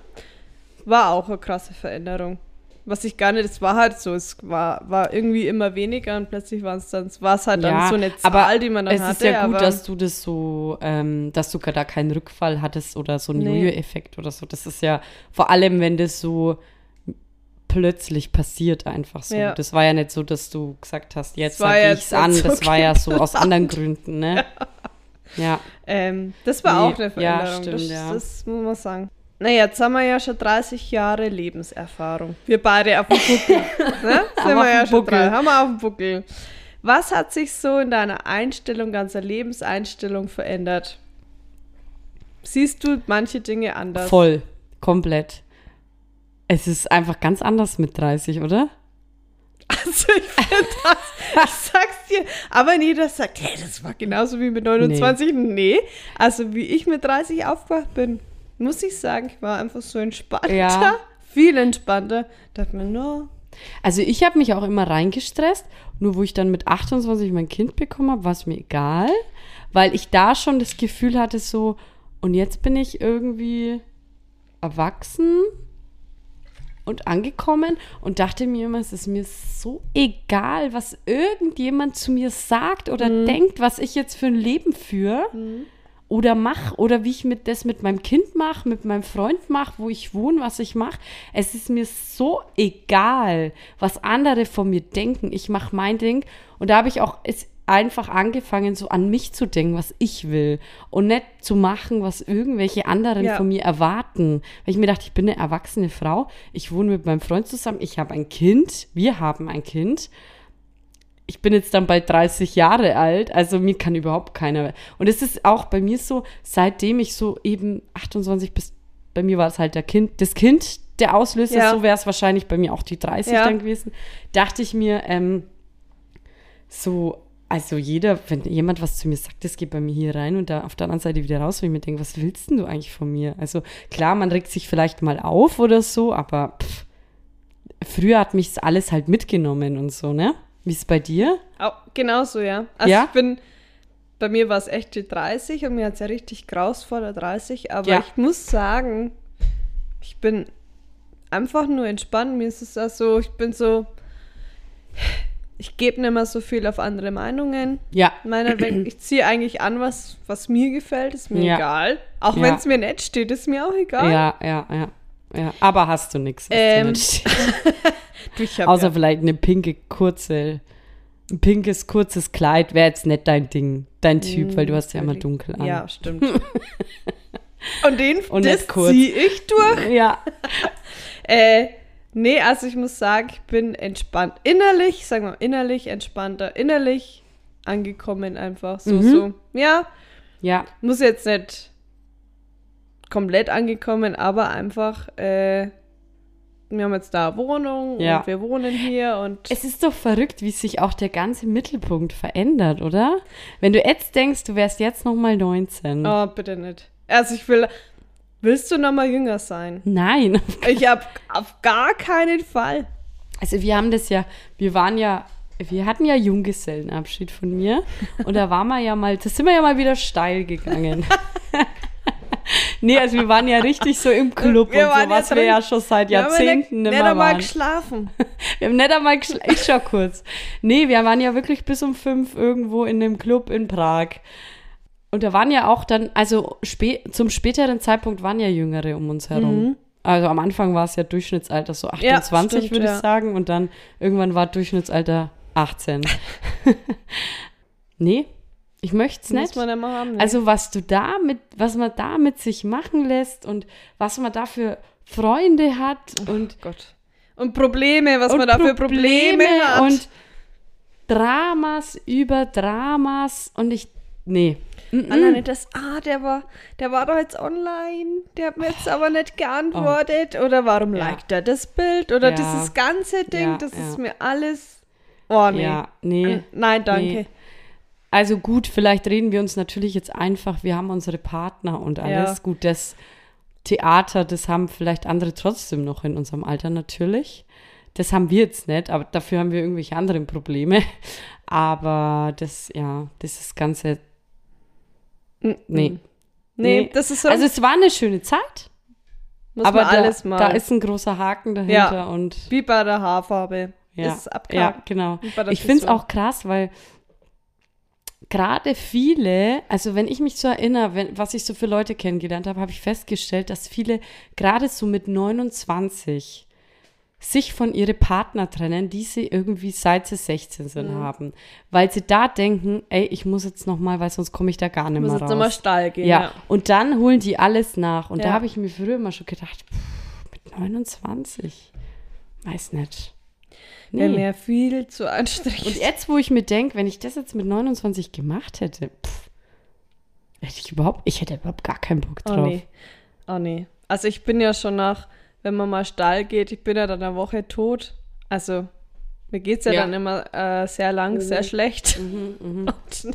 War auch eine krasse Veränderung. Was ich gar nicht, es war halt so, es war, war irgendwie immer weniger und plötzlich war es dann, war es halt dann so eine Zahl,
aber
die man dann
es
hatte.
ist ja gut,
aber
dass du das so, ähm, dass du da keinen Rückfall hattest oder so einen
Nee.
Jojo-Effekt oder so. Das ist ja vor allem, wenn das so plötzlich passiert einfach so.
Ja.
Das war ja nicht so, dass du gesagt hast, jetzt
war
sage
ja
ich es
jetzt
an.
nicht so genau.
das war ja so aus anderen Gründen, ne? Ja,
ähm, das war
Nee,
auch eine
ja,
Veränderung. das,
stimmt, ja.
das muss man sagen. Naja, jetzt haben wir ja schon 30 Jahre Lebenserfahrung. Wir beide auf dem Buckel. ne?
Haben
Sind
wir auf
wir ja
dem
schon
Buckel.
dran. Haben wir auf dem Buckel. Was hat sich so in deiner Einstellung, ganzer Lebenseinstellung verändert? Siehst du manche Dinge anders?
voll, komplett. Es ist einfach ganz anders mit 30, oder?
Also ich finde das, ich sag's dir, aber nee, das sagt, hey, das war genauso wie mit 29. Nee. also wie ich mit 30 aufgewacht bin, muss ich sagen, ich war einfach so entspannter,
Ja.
viel entspannter. Dachte mir nur,
Also ich habe mich auch immer reingestresst, nur wo ich dann mit 28 mein Kind bekommen habe, war es mir egal, weil ich da schon das Gefühl hatte, so, und jetzt bin ich irgendwie erwachsen und angekommen und dachte mir immer, es ist mir so egal, was irgendjemand zu mir sagt oder denkt, was ich jetzt für ein Leben führe oder mache oder wie ich mit, das mit meinem Kind mache, mit meinem Freund mache, wo ich wohne, was ich mache. Es ist mir so egal, was andere von mir denken. Ich mache mein Ding und da habe ich auch es einfach angefangen, so an mich zu denken, was ich will und nicht zu machen, was irgendwelche anderen
Ja.
von mir erwarten. Weil ich mir dachte, ich bin eine erwachsene Frau, ich wohne mit meinem Freund zusammen, ich habe ein Kind, wir haben ein Kind ich bin jetzt dann bald 30 Jahre alt, also mir kann überhaupt keiner. Und es ist auch bei mir so, seitdem ich so eben 28 bis, bei mir war es halt der Kind, das Kind, der Auslöser,
Ja.
so wäre es wahrscheinlich bei mir auch die 30
Ja.
dann gewesen, dachte ich mir, ähm, so, also jeder, wenn jemand was zu mir sagt, das geht bei mir hier rein und da auf der anderen Seite wieder raus, wenn ich mir denke, was willst denn du eigentlich von mir? Also klar, man regt sich vielleicht mal auf oder so, aber pff, früher hat mich alles halt mitgenommen und so, ne? Wie ist es bei dir?
Au, genauso, ja. Also
Ja?
ich bin, bei mir war es echt die 30 und mir hat es ja richtig grausvoller 30, aber
Ja.
ich muss sagen, ich bin einfach nur entspannt. Mir ist es da so, ich bin so, ich gebe nicht mehr so viel auf andere Meinungen.
Ja,
Meiner Welt, ich ziehe eigentlich an, was, was mir gefällt, ist mir
Ja.
egal. Auch
Ja.
wenn es mir nett steht, ist mir auch egal.
ja, ja, ja. ja. Aber hast du nichts.
Ähm, Du, Ich hab
Außer
ja,
vielleicht eine pinke, kurze, ein pinkes, kurzes Kleid wäre jetzt nicht dein Ding, dein Typ, weil du hast ja immer dunkel an.
Mm, ja, stimmt. und den
Und
das
nicht kurz.
ziehe ich durch.
ja.
Äh, nee, also ich muss sagen, ich bin entspannt. Innerlich, sagen wir mal, innerlich entspannter, innerlich angekommen einfach. So,
Mhm.
so. Ja,
ja.
muss jetzt nicht komplett angekommen, aber einfach, äh, wir haben jetzt da eine Wohnung
Ja.
und wir wohnen hier und
Es ist doch verrückt, wie sich auch der ganze Mittelpunkt verändert, oder? Wenn du jetzt denkst, du wärst jetzt nochmal 19.
oh, bitte nicht. Also ich will, willst du nochmal jünger sein?
Nein.
Ich hab auf gar keinen Fall.
Also wir haben das ja, wir waren ja, wir hatten ja Junggesellenabschied von mir und da waren wir ja mal, da sind wir ja mal wieder steil gegangen. nee, also wir waren ja richtig so im Club
Wir
und
waren
so, was
ja
wir
drin.
ja schon seit Jahrzehnten
wir haben ja nicht,
nicht
nicht
mehr
einmal
waren.
geschlafen.
Wir haben nicht einmal geschlafen. Ich schau kurz. Nee, wir waren ja wirklich bis um fünf irgendwo in dem Club in Prag. Und da waren ja auch dann, also spä zum späteren Zeitpunkt waren ja Jüngere um uns herum. Also am Anfang war es ja Durchschnittsalter so
Mhm. Ja,
28,
stimmt,
würde
ja.
ich sagen. Und dann irgendwann war Durchschnittsalter 18. nee, ich möchte es
Muss
nicht.
man ja mal haben. ne?
Also was du da mit, was man da mit sich machen lässt und was man da für Freunde hat und
Gott. Und Probleme, was man da für Probleme hat.
und Dramas über Dramas und ich nee. Mm-mm.
Alleine das, ah, der war, der war doch jetzt online, der hat mir jetzt aber nicht geantwortet. Oder warum
Oh. Ja.
liked er das Bild? Oder
Ja.
dieses ganze Ding,
Ja,
das ist
ja.
mir alles. Oh, nee.
Ja, nee.
Mm, Nein, danke.
Nee. Also gut, vielleicht reden wir uns natürlich jetzt einfach, wir haben unsere Partner und alles.
Ja.
Gut, das Theater, das haben vielleicht andere trotzdem noch in unserem Alter natürlich. Das haben wir jetzt nicht, aber dafür haben wir irgendwelche anderen Probleme. Aber das, ja, das ist Ganze,
Nee.
nee.
Mm, Nee,
nee.
das ist so,
Also es war eine schöne Zeit,
muss
aber
man alles
da,
mal.
da ist ein großer Haken dahinter und
Wie bei der Haarfarbe.
Ja,
Ist
ja
abgehakt.
genau.
Und bei der
Ich finde es
Frisur.
auch krass, weil gerade viele, also wenn ich mich so erinnere, wenn, was ich so für Leute kennengelernt habe, habe ich festgestellt, dass viele gerade so mit 29 sich von ihre Partner trennen, die sie irgendwie seit sie 16 sind
Mhm.
haben, weil sie da denken, ey, ich muss jetzt noch mal, weil sonst komme ich da gar nicht
Muss
mehr
jetzt nochmal
raus.
steil gehen.
Ja, und dann holen die alles nach. Und
Ja.
da habe ich mir früher immer schon gedacht, pff, mit 29, weiß nicht.
ja. Wäre mir viel zu anstrengend.
Und jetzt, wo ich mir denke, wenn ich das jetzt mit 29 gemacht hätte, pff, hätte ich überhaupt, ich hätte überhaupt gar keinen Bock
Oh
drauf.
nee. Oh nee. Also ich bin ja schon nach, wenn man mal steil geht, ich bin ja dann eine Woche tot. Also mir geht es ja,
Ja. Mhm.
dann immer äh, sehr lang, sehr schlecht. Und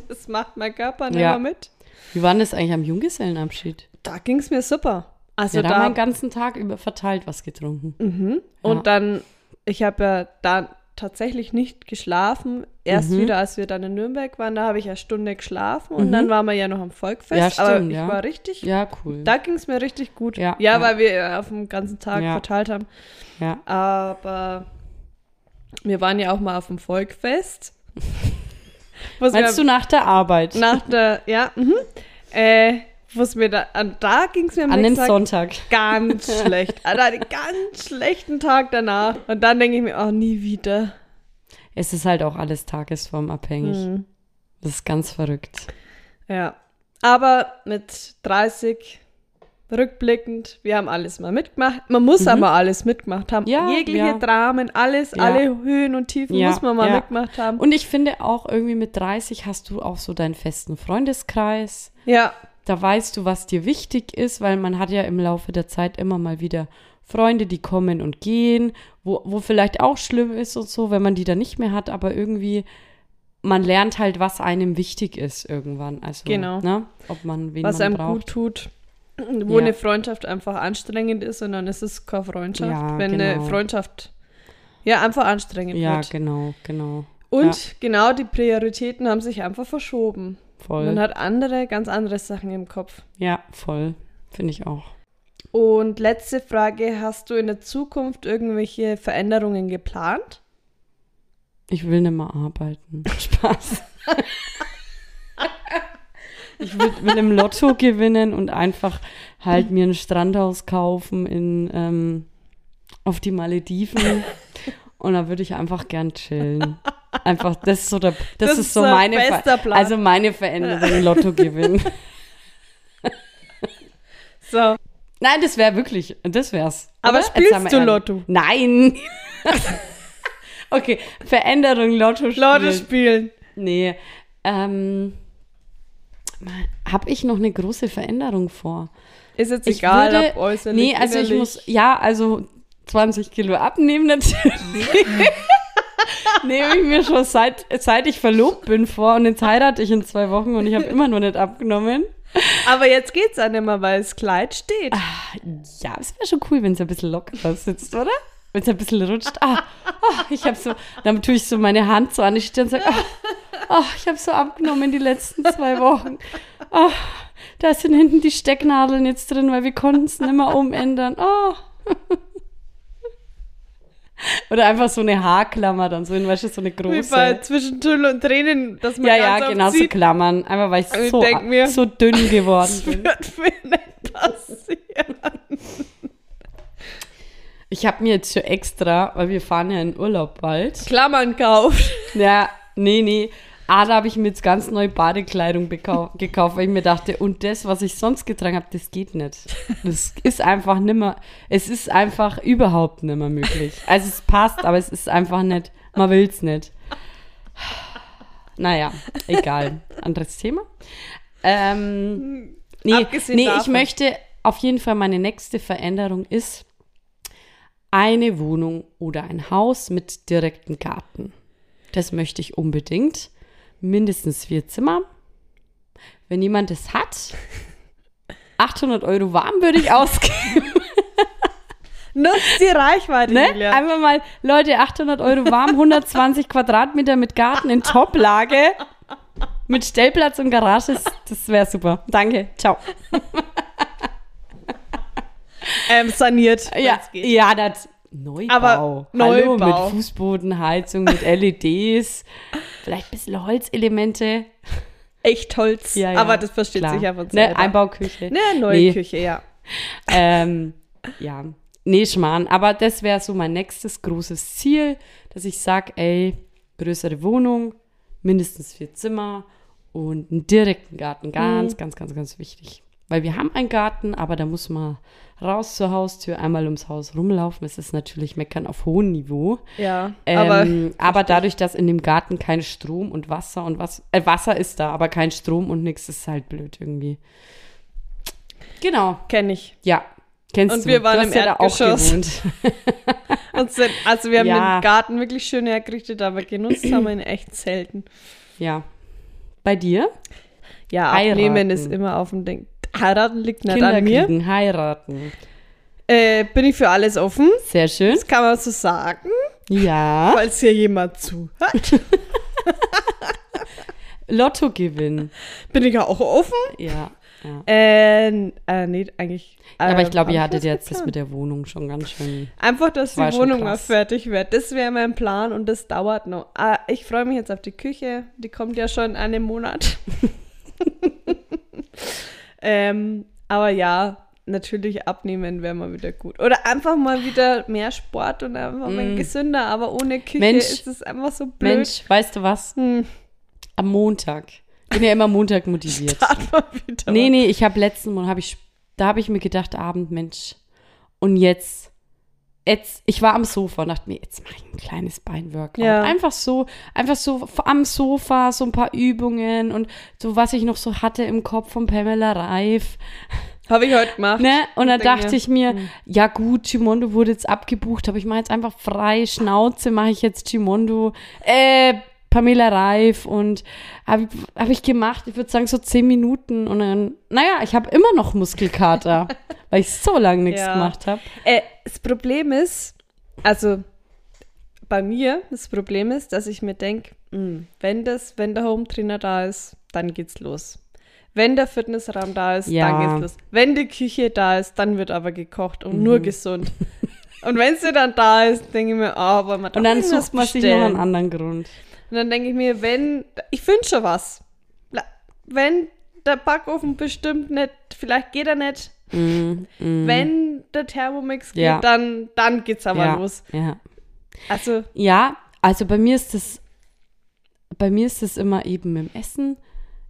das macht mein Körper nicht
Ja.
mehr mit.
mhm. Wie war denn das eigentlich am Junggesellenabschied?
Da ging es mir super. Also
ja, da haben wir
da, Mhm.
den ganzen Tag über verteilt was getrunken.
und
ja.
dann, ich habe ja da tatsächlich nicht geschlafen. Erst wieder, als wir dann in Nürnberg waren, da habe ich eine Stunde geschlafen und
Mhm.
dann waren wir ja noch am Volkfest.
Ja, stimmt,
aber ich
ja.
war richtig,
Ja, cool.
da ging es mir richtig gut.
Ja, ja.
weil wir äh, auf dem ganzen Tag
Ja.
verteilt haben.
ja.
Aber wir waren ja auch mal auf dem Volkfest. Was
Meinst du nach der Arbeit?
Also nach der, ja, mhm. äh, wo's mir da, an, da ging es mir am
An dem
nächsten Tag
Sonntag.
ganz schlecht. Ah, An einen ganz schlechten Tag danach. Und dann denke ich mir, oh, nie wieder.
Es ist halt auch alles tagesformabhängig.
Mhm.
Das ist ganz verrückt.
Ja. Aber mit 30 rückblickend, wir haben alles mal mitgemacht. Man muss aber alles mitgemacht haben.
Mhm. Ja,
Jegliche
ja.
Dramen, alles,
Ja.
alle Höhen und Tiefen
Ja,
muss man mal
ja.
mitgemacht haben.
Ähm, Und ich finde auch irgendwie mit 30 hast du auch so deinen festen Freundeskreis.
ja,
Da weißt du, was dir wichtig ist, weil man hat ja im Laufe der Zeit immer mal wieder Freunde, die kommen und gehen, wo, wo vielleicht auch schlimm ist und so, wenn man die dann nicht mehr hat, aber irgendwie man lernt halt, was einem wichtig ist irgendwann. Also,
Genau.
ne? ob man wen
was
man
einem
braucht.
gut tut. Wo
Ja.
eine Freundschaft einfach anstrengend ist und dann ist es keine Freundschaft.
Ja,
wenn eine
genau.
Freundschaft ja einfach anstrengend
ja,
wird.
genau, genau.
Und genau die Prioritäten haben sich einfach verschoben.
Voll.
Man hat andere, ganz andere Sachen im Kopf.
Ja, voll. Finde ich auch.
Und letzte Frage: Hast du in der Zukunft irgendwelche Veränderungen geplant?
Ich will nicht mehr arbeiten. Spaß. ich will, will im Lotto gewinnen und einfach halt mir ein Strandhaus kaufen in, ähm, auf die Malediven. Und da würde ich einfach gern chillen. Einfach, das ist so, der, das
Das
ist
ist
so
der
meine, Ver-
beste Plan.
also meine Veränderung, Lotto gewinnen.
So.
Nein, das wäre wirklich, das wär's.
Aber
Jetzt
spielst
sei mal
du
ehrlich.
Lotto?
Nein. okay, Veränderung, Lotto spielen.
Leute spielen.
Nee. Ähm, habe ich noch eine große Veränderung vor?
Ist jetzt
Ich
egal,
würde-
ob äußerlich.
Nee, also ich
innerlich.
muss, ja, also 20 Kilo abnehmen natürlich. Nehme ich mir schon seit, seit ich verlobt bin vor und jetzt heirate ich in zwei Wochen und ich habe immer noch nicht abgenommen.
Aber jetzt geht's auch nicht mehr, weil das Kleid steht.
Ja, es wäre schon cool, wenn es ein bisschen lockerer sitzt, oder? Wenn es ein bisschen rutscht. Ah, ah, ich habe so, dann tue ich so meine Hand so an die Stirn und sage, ah, ah, ich habe so abgenommen die letzten zwei Wochen. Ah, da sind hinten die Stecknadeln jetzt drin, weil wir konnten es nicht mehr umändern. Ah. Oder einfach so eine Haarklammer dann so hin, weißt du, so eine
Wie bei
große.
zwischen Tüll und Tränen, dass man
Ja,
ganz
ja,
oft
genau so
sieht,
Klammern. Einfach weil ich
Ich
so,
denk mir,
so dünn geworden
Das
bin.
wird mir nicht passieren.
Ich habe mir jetzt schon extra, weil wir fahren ja in Urlaub bald.
Klammern kauft.
Ja, nee, nee. Ah, da habe ich mir jetzt ganz neue Badekleidung bekau- gekauft, weil ich mir dachte, und das, was ich sonst getragen habe, das geht nicht. Das ist einfach nimmer, es ist einfach überhaupt nimmer möglich. Also es passt, aber es ist einfach nicht, man will's nicht. Naja, egal. Anderes Thema. Ähm, nee,
Abgesehen
nee ich
davon.
möchte auf jeden Fall, meine nächste Veränderung ist eine Wohnung oder ein Haus mit direktem Garten. Das möchte ich unbedingt. Mindestens vier Zimmer. Wenn jemand es hat, 800 Euro warm würde ich ausgeben.
Nutzt die Reichweite,
Ne?
Julia.
Einfach mal, Leute, 800 Euro warm, 120 Quadratmeter mit Garten in Toplage, mit Stellplatz und Garage. Das- Das wäre super. Danke. Ciao.
Ähm, saniert.
Ja,
wenn's geht.
ja, das Neubau.
Aber
Hallo,
Neubau.
mit Fußbodenheizung, mit LEDs, vielleicht ein bisschen Holzelemente.
Echt Holz.
Ja, ja,
aber das versteht
klar.
sich ja von selber.
Ne, Einbauküche.
Ne, neue
Nee.
Küche, ja.
ähm, ja, nee, Schmarrn. Aber das wäre so mein nächstes großes Ziel, dass ich sage, ey, größere Wohnung, mindestens vier Zimmer und einen direkten Garten. Ganz, ganz, ganz, ganz wichtig. Weil wir haben einen Garten, aber da muss man raus zur Haustür, einmal ums Haus rumlaufen. Es ist natürlich Meckern auf hohem Niveau.
Ja, aber
Ähm, aber, dadurch, dass in dem Garten kein Strom und Wasser und was. Äh, Wasser ist da, aber kein Strom und nichts, ist halt blöd irgendwie. Genau.
kenne ich.
Ja. Kennst
Und
du?
wir waren
du hast
im
ja da auch
Erdgeschoss.
gewohnt.
Und sind, also wir haben
Ja.
den Garten wirklich schön hergerichtet, aber genutzt haben wir ihn echt selten.
Ja. Bei dir?
Ja, abnehmen
Heiraten.
ist immer auf dem Ding. Heiraten liegt nicht
Kinder
an mir.
kriegen, heiraten.
Äh, bin ich für alles offen.
Sehr schön.
Das kann man so sagen.
Ja.
falls hier jemand zuhört.
Lotto gewinnen.
Bin ich ja auch offen.
Ja. ja.
Äh, äh nee, eigentlich.
Aber
ähm,
ich glaube,
hab
ihr hattet
was
jetzt das
geplant.
mit der Wohnung schon ganz schön.
Einfach, dass
War
die
schon
Wohnung mal
krass.
fertig wird. Das wäre mein Plan und das dauert noch. Ah, ich freue mich jetzt auf die Küche. Die kommt ja schon in einem Monat. ähm, aber ja, natürlich abnehmen wäre mal wieder gut. Oder einfach mal wieder mehr Sport und einfach mal
Mm.
gesünder. Aber ohne Küche
Mensch.
ist es einfach so blöd.
Mensch, weißt du was?
Hm.
Am Montag. Bin ja immer Montag motiviert.
Start mal wieder.
Nee, nee, ich habe letzten Monat, hab ich, da habe ich mir gedacht, Abend, Mensch. Und jetzt, jetzt, ich war am Sofa und dachte mir, jetzt mache ich ein kleines Beinworkout.
Ja.
Einfach so, einfach so f- am Sofa, so ein paar Übungen und so, was ich noch so hatte im Kopf von Pamela Reif.
Habe ich heute gemacht.
Ne? Und da
Ich denk
dachte
mir, hm.
ich mir, ja gut, Chimondo wurde jetzt abgebucht, aber ich mache jetzt einfach frei Schnauze, mache ich jetzt Chimondo, äh, Pamela Reif und habe hab ich gemacht, ich würde sagen so zehn Minuten und dann, naja, ich habe immer noch Muskelkater, weil ich so lange nichts
Ja.
gemacht habe.
Äh, das Problem ist, also bei mir, das Problem ist, dass ich mir denke, wenn das, wenn der Home Trainer da ist, dann geht's los. Wenn der Fitnessraum da ist,
Ja.
dann geht's los. Wenn die Küche da ist, dann wird aber gekocht und
Mhm.
nur gesund. Und wenn sie dann da ist, denke ich mir, ah, wollen wir doch
Und dann
irgendwas
sucht man sich noch
bestellen.
einen anderen Grund.
Und dann denke ich mir, wenn, ich wünsche was. La- Wenn der Backofen bestimmt nicht, vielleicht geht er nicht. Wenn der Thermomix geht,
Mm, Ja.
dann, dann geht's aber
ja,
los.
ja.
Also,
Ja, also bei mir ist das, bei mir ist das immer eben im Essen.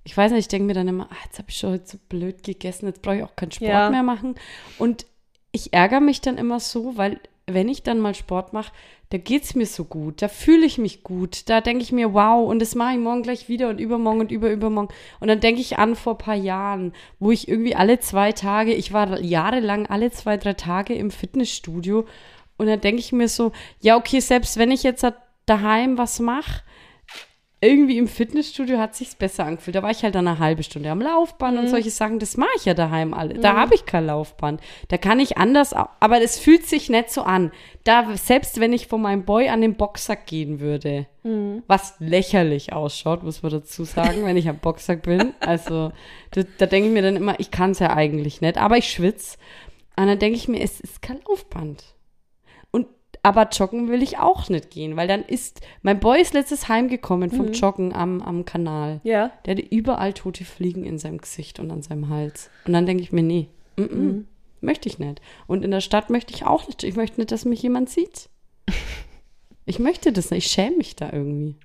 Ich weiß nicht, ich denke mir dann immer, ah, jetzt habe ich schon heute so blöd gegessen, jetzt brauche ich auch keinen Sport
Ja.
mehr machen. Und ich ärgere mich dann immer so, weil wenn ich dann mal Sport mache, da geht es mir so gut, da fühle ich mich gut, da denke ich mir, wow, und das mache ich morgen gleich wieder und übermorgen und überübermorgen. Und dann denke ich an vor ein paar Jahren, wo ich irgendwie alle zwei Tage, ich war jahrelang alle zwei, drei Tage im Fitnessstudio und dann denke ich mir so, ja, okay, selbst wenn ich jetzt daheim was mache, irgendwie im Fitnessstudio hat sich's besser angefühlt. Da war ich halt dann eine halbe Stunde am Laufband und solche Sachen. Das mache ich ja daheim alle. Da habe ich kein Laufband. Da kann ich anders, au- aber es fühlt sich nicht so an. Da selbst wenn ich von meinem Boy an den Boxsack gehen würde, was lächerlich ausschaut, muss man dazu sagen, wenn ich am Boxsack bin. Also da, da denke ich mir dann immer, ich kann's ja eigentlich nicht, aber ich schwitz. Und dann denke ich mir, es ist kein Laufband. Und aber joggen will ich auch nicht gehen, weil dann ist mein Boy ist letztes heimgekommen
Mhm.
vom Joggen am, am Kanal.
ja.
Der hatte überall tote Fliegen in seinem Gesicht und an seinem Hals. Und dann denke ich mir, nee, mm -mm,
Mhm.
möchte ich nicht. Und in der Stadt möchte ich auch nicht. Ich möchte nicht, dass mich jemand sieht. Ich möchte das nicht. Ich schäme mich da irgendwie,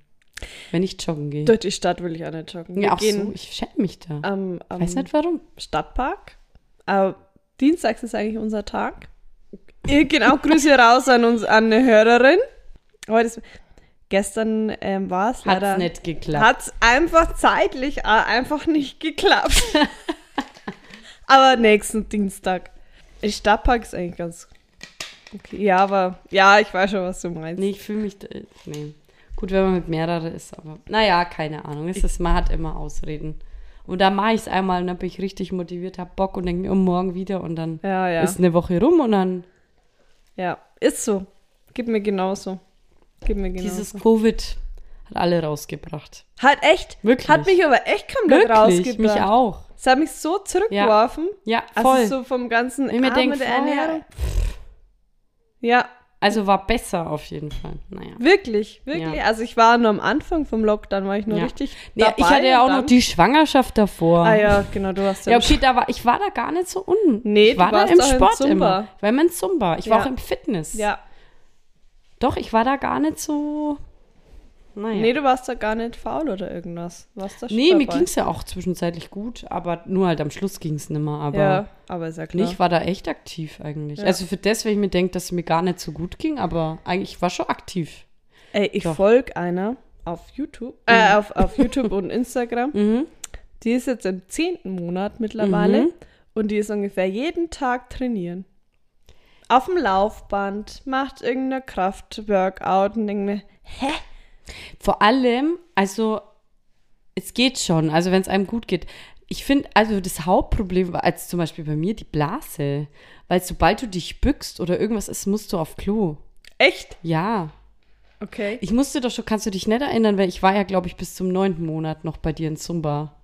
wenn ich joggen gehe.
Durch die Stadt will ich auch nicht joggen.
Ja,
Wir
auch so.
gehen Ähm,
Ich schäme mich da.
am, am
Weiß nicht warum.
Stadtpark. Äh, Dienstags ist eigentlich unser Tag. Äh, Genau, Grüße raus an uns, an eine Hörerin. Heute ist, gestern ähm, war es
Hat's
leider.
nicht geklappt.
Hat es einfach zeitlich auch einfach nicht geklappt. aber nächsten Dienstag. Ich Stadtpark ist eigentlich ganz. Okay. Ja, aber ja, ich weiß schon, was du meinst.
Nee, ich fühle mich. da- Nee. Gut, wenn man mit mehrere ist, aber. Naja, keine Ahnung. Es ist, man hat immer Ausreden. Und da mache ich es einmal und dann bin ich richtig motiviert, hab Bock und denke mir, oh, morgen wieder und dann
Ja, ja.
ist eine Woche rum und dann
Ja, ist so. Gib mir genauso. Gib mir genauso.
dieses Covid hat alle rausgebracht.
Hat echt,
Wirklich.
hat mich aber echt komplett
Wirklich,
rausgebracht.
mich auch.
Es hat mich so zurückgeworfen.
Ja,
Also
voll.
so vom ganzen
Wenn ich mir
ah,
denk,
mit der
vorher-
Ernährung. Ja,
also war besser auf jeden Fall. Naja.
wirklich, wirklich.
Ja.
Also ich war nur am Anfang vom Lockdown, war ich nur
Ja.
richtig
Nee,
dabei.
ich hatte ja
und
auch noch
dann-
die Schwangerschaft davor.
Ah ja, genau, du hast
Ja, okay, da war, ich war da gar nicht so un.
Nee,
ich
du
war da
warst
im
auch in
Sport
Zumba.
immer. Ich war immer in Zumba. Ich war
Ja.
auch im Fitness.
Ja.
Doch, ich war da gar nicht so. Naja.
Nee,
Nee,
du warst da gar nicht faul oder irgendwas. Du Warst da schon
mir
dabei.
ging es ja auch zwischenzeitlich gut, aber nur halt am Schluss ging es nimmer. Aber
Ja, aber ist ja
nee,
klar.
ich war da echt aktiv eigentlich.
Ja.
Also für das, wenn ich mir denke, dass es mir gar nicht so gut ging, aber eigentlich war schon aktiv.
Ey, ich
Doch. Mhm.
folge einer auf YouTube, äh, auf, auf YouTube und Instagram. Die ist jetzt im zehnten Monat mittlerweile
Mhm.
und die ist ungefähr jeden Tag trainieren. Auf dem Laufband, macht irgendeine Kraft-Workout und denkt mir,
Vor allem, also es geht schon, also wenn es einem gut geht. Ich finde, also das Hauptproblem war als zum Beispiel bei mir die Blase, weil sobald du dich bückst oder irgendwas ist, musst du auf Klo.
echt?
Ja.
Okay.
Ich musste doch schon, kannst du dich nicht erinnern, weil ich war ja, glaube ich, bis zum neunten Monat noch bei dir in Zumba.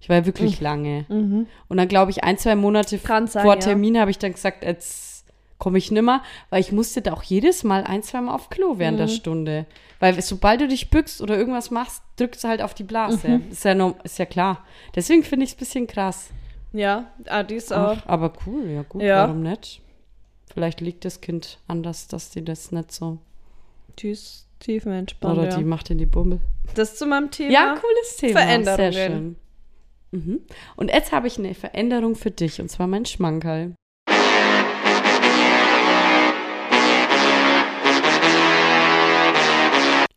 Ich war ja wirklich lange. Und dann, glaube ich, ein, zwei Monate
Mhm. Kann sein,
vor
ja.
Termin habe ich dann gesagt, jetzt komme ich nimmer, weil ich musste da auch jedes Mal ein, zwei Mal auf Klo während
Mhm.
der Stunde. Weil sobald du dich bückst oder irgendwas machst, drückst du halt auf die Blase.
Mhm.
Ist, ja norm- ist ja klar. Deswegen finde ich es ein bisschen krass.
Ja, ah, die ist auch.
Ach, aber cool, ja gut,
Ja.
warum nicht? Vielleicht liegt das Kind anders, dass die das nicht so.
Die ist tiefenentspannt.
Oder
Ja.
die macht in die Bummel.
Das zu meinem Thema.
Ja, cooles Thema.
Veränderungen.
Sehr schön. Mhm. Und jetzt habe ich eine Veränderung für dich, und zwar mein Schmankerl.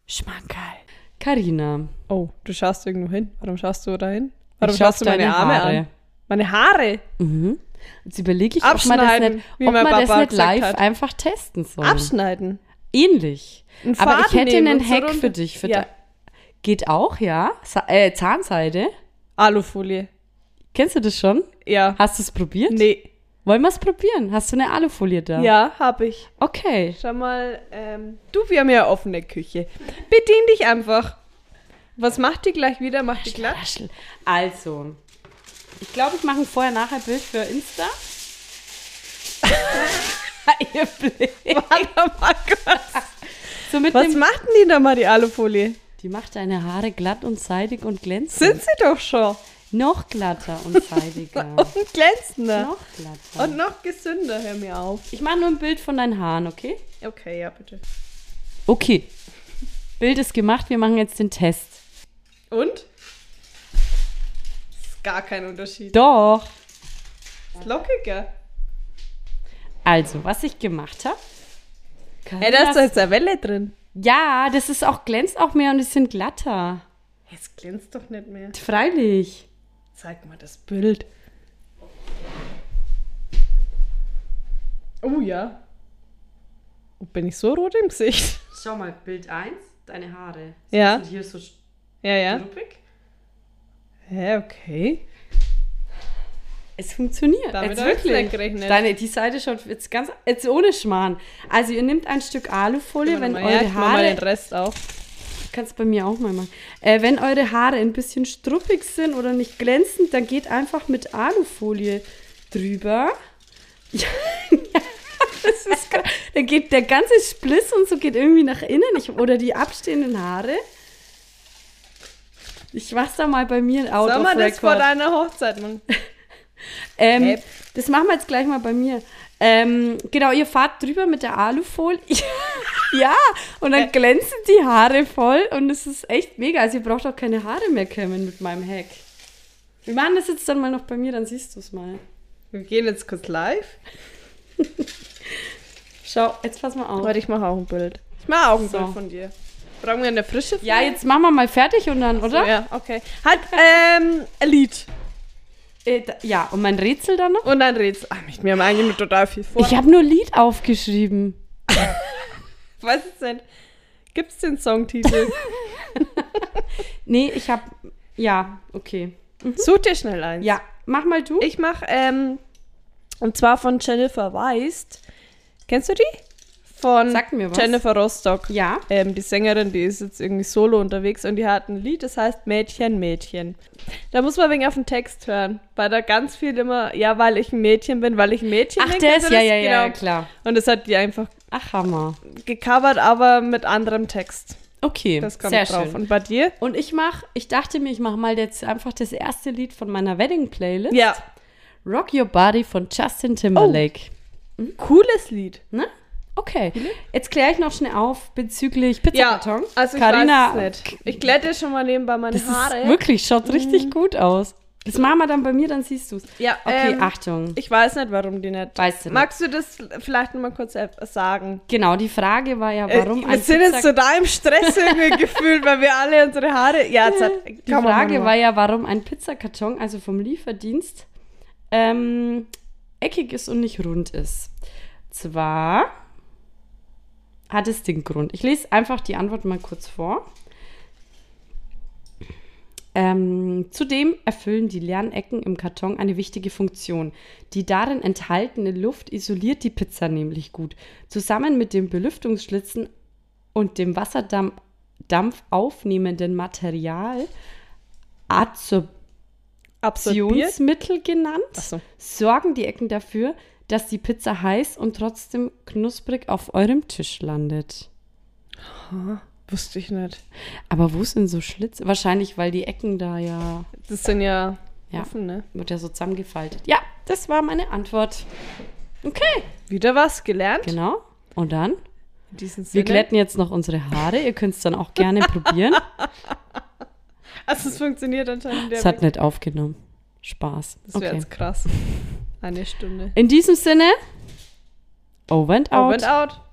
Schmankerl. Carina.
Oh, du schaust irgendwo hin. Warum schaust du da hin?
ich
Warum
schaue
schaust du
auf
meine
deine
Arme
Haare.
an? Meine Haare?
Mhm. Jetzt überlege ich, ob man das
Abschneiden,
nicht,
wie
ob
mein
man das
Papa
nicht
gesagt
live
hat.
einfach testen soll.
Abschneiden.
Ähnlich.
Einen
Aber ich
Faden
hätte
nehmen
einen
und so
Hack
runter-
für dich. Für
Ja.
de- Geht auch, ja. Sa äh, Zahnseide.
Alufolie.
Kennst du das schon?
Ja.
Hast du es probiert?
Nee.
Wollen wir es probieren? Hast du eine Alufolie da?
Ja, hab ich.
Okay.
Schau mal, ähm, du, wir haben ja offene Küche. Bedien dich einfach. Was macht die gleich wieder? Macht die glatt?
Raschel. Also, ich glaube, ich mache ein Vorher-Nachher-Bild für Insta. Ihr Blick.
Warte mal kurz.
So mit
Was
dem,
macht denn die da mal, die Alufolie?
die macht deine Haare glatt und seidig und glänzend.
Sind sie doch schon.
Noch glatter und seidiger.
Und glänzender.
noch glatter.
Und noch gesünder, hör mir auf.
ich mache nur ein Bild von deinen Haaren, okay?
Okay, ja, bitte.
Okay. Bild ist gemacht, wir machen jetzt den Test.
Und? Ist gar kein Unterschied.
Doch.
Ist lockiger.
Also, was ich gemacht habe.
Hey, da ist doch jetzt eine Welle drin.
Ja, das ist auch glänzt auch mehr und es sind glatter.
Es glänzt doch nicht mehr.
Freilich.
Zeig mal das Bild. Oh ja. Oh, bin ich so rot im Gesicht?
Schau mal, Bild 1, deine Haare.
Ja.
hier so
Ja, ja. Hä, okay.
Es funktioniert.
Damit
jetzt
hab ich's
wirklich.
nicht gerechnet.
Deine, die Seite schaut jetzt ganz, jetzt ohne Schmarrn. Also ihr nehmt ein Stück Alufolie, wenn
Warte mal, ja,
eure
ich mach mal den
Haare,
Rest auf.
kannst bei mir auch mal machen, äh, wenn eure Haare ein bisschen struppig sind oder nicht glänzend, dann geht einfach mit Alufolie drüber. Ja, das ist krass. Dann geht der ganze Spliss und so geht irgendwie nach innen ich, oder die abstehenden Haare. Ich mach's da mal bei mir out
Soll
of
man das vor
record.
deiner Hochzeit machen?
Ähm,
Hä?
Das machen wir jetzt gleich mal bei mir. Ähm, genau, ihr fahrt drüber mit der Alufolie. ja, und dann glänzen die Haare voll und es ist echt mega. Also ihr braucht auch keine Haare mehr kämmen mit meinem Hack. Wir machen das jetzt dann mal noch bei mir, dann siehst du es mal.
Wir gehen jetzt kurz live.
Schau, jetzt pass mal auf.
Warte, ich mache auch ein Bild. Ich mache auch ein
So.
Bild von dir. Brauchen wir eine frische?
Ja, jetzt machen wir mal fertig und dann, oder?
Ja, okay. Hat, ähm, ein Lied.
Äh, da, ja, und mein Rätsel dann noch?
Und dann Rätsel. Ach, Mist, wir haben eigentlich nur total viel vor.
Ich habe nur Lied aufgeschrieben.
Was ist denn? Gibt's den Songtitel?
Nee, ich habe. Ja, okay.
Such dir schnell eins.
Ja, mach mal du.
Ich mache, ähm, und zwar von Jennifer Weist. Kennst du die? Von
Sag mir was.
Jennifer Rostock.
Ja.
Ähm, die Sängerin, die ist jetzt irgendwie solo unterwegs und die hat ein Lied, das heißt Mädchen, Mädchen. Da muss man wegen auf den Text hören, weil da ganz viel immer, ja, weil ich ein Mädchen bin, weil ich ein Mädchen
Ach,
bin.
der
kennst
ist
du
ja,
das?
ja, ja, ja,
Genau.
klar.
Und das hat die einfach
Ach, Hammer.
gecovert, aber mit anderem Text.
Okay,
Das kommt
sehr
drauf.
schön.
Und bei dir?
Und ich mach, ich dachte mir, ich mache mal jetzt einfach das erste Lied von meiner Wedding-Playlist.
Ja.
Rock Your Body von Justin Timberlake.
Oh. Cooles Lied.
Ne? Okay. Jetzt kläre ich noch schnell auf bezüglich Pizzakarton.
also ich
Carina,
weiß es nicht. Ich glätte schon mal nebenbei meine
Das
Haare. Mhm.
ist wirklich, schaut richtig gut aus. Das machen wir dann bei mir, dann siehst du es.
Ja,
Okay,
ähm,
Achtung.
Ich weiß nicht, warum die nicht.
Weißt du nicht.
Magst du das vielleicht nochmal kurz äh, sagen?
Genau, die Frage war ja, warum
äh,
ein
wir sind jetzt
Pizza-
total im Stress irgendwie gefühlt, weil wir alle unsere Haare. Ja, jetzt hat,
Die Frage war ja, warum ein Pizzakarton, also vom Lieferdienst, ähm, eckig ist und nicht rund ist. Zwar hat es den Grund. Ich lese einfach die Antwort mal kurz vor. Ähm, zudem erfüllen die Lernecken im Karton eine wichtige Funktion. Die darin enthaltene Luft isoliert die Pizza nämlich gut. Zusammen mit den Belüftungsschlitzen und dem Wasserdampf Dampf aufnehmenden Material
Absorbiert.
Adsorptionsmittel genannt,
Ach so.
sorgen die Ecken dafür, dass die Pizza heiß und trotzdem knusprig auf eurem Tisch landet.
Wusste ich nicht.
Aber wo sind so Schlitze? Wahrscheinlich, weil die Ecken da ja,
Das sind ja,
Ja.
offen, ne?
wird ja so zusammengefaltet. Ja, das war meine Antwort. Okay.
Wieder was gelernt.
Genau. Und dann?
In diesem
Wir
Sinne.
glätten jetzt noch unsere Haare. Ihr könnt es dann auch gerne probieren.
Also es funktioniert anscheinend der
Es hat
Weg.
nicht aufgenommen. Spaß.
Das wäre
Okay.
jetzt krass. Eine Stunde.
In diesem Sinne, over and out.
Over and out.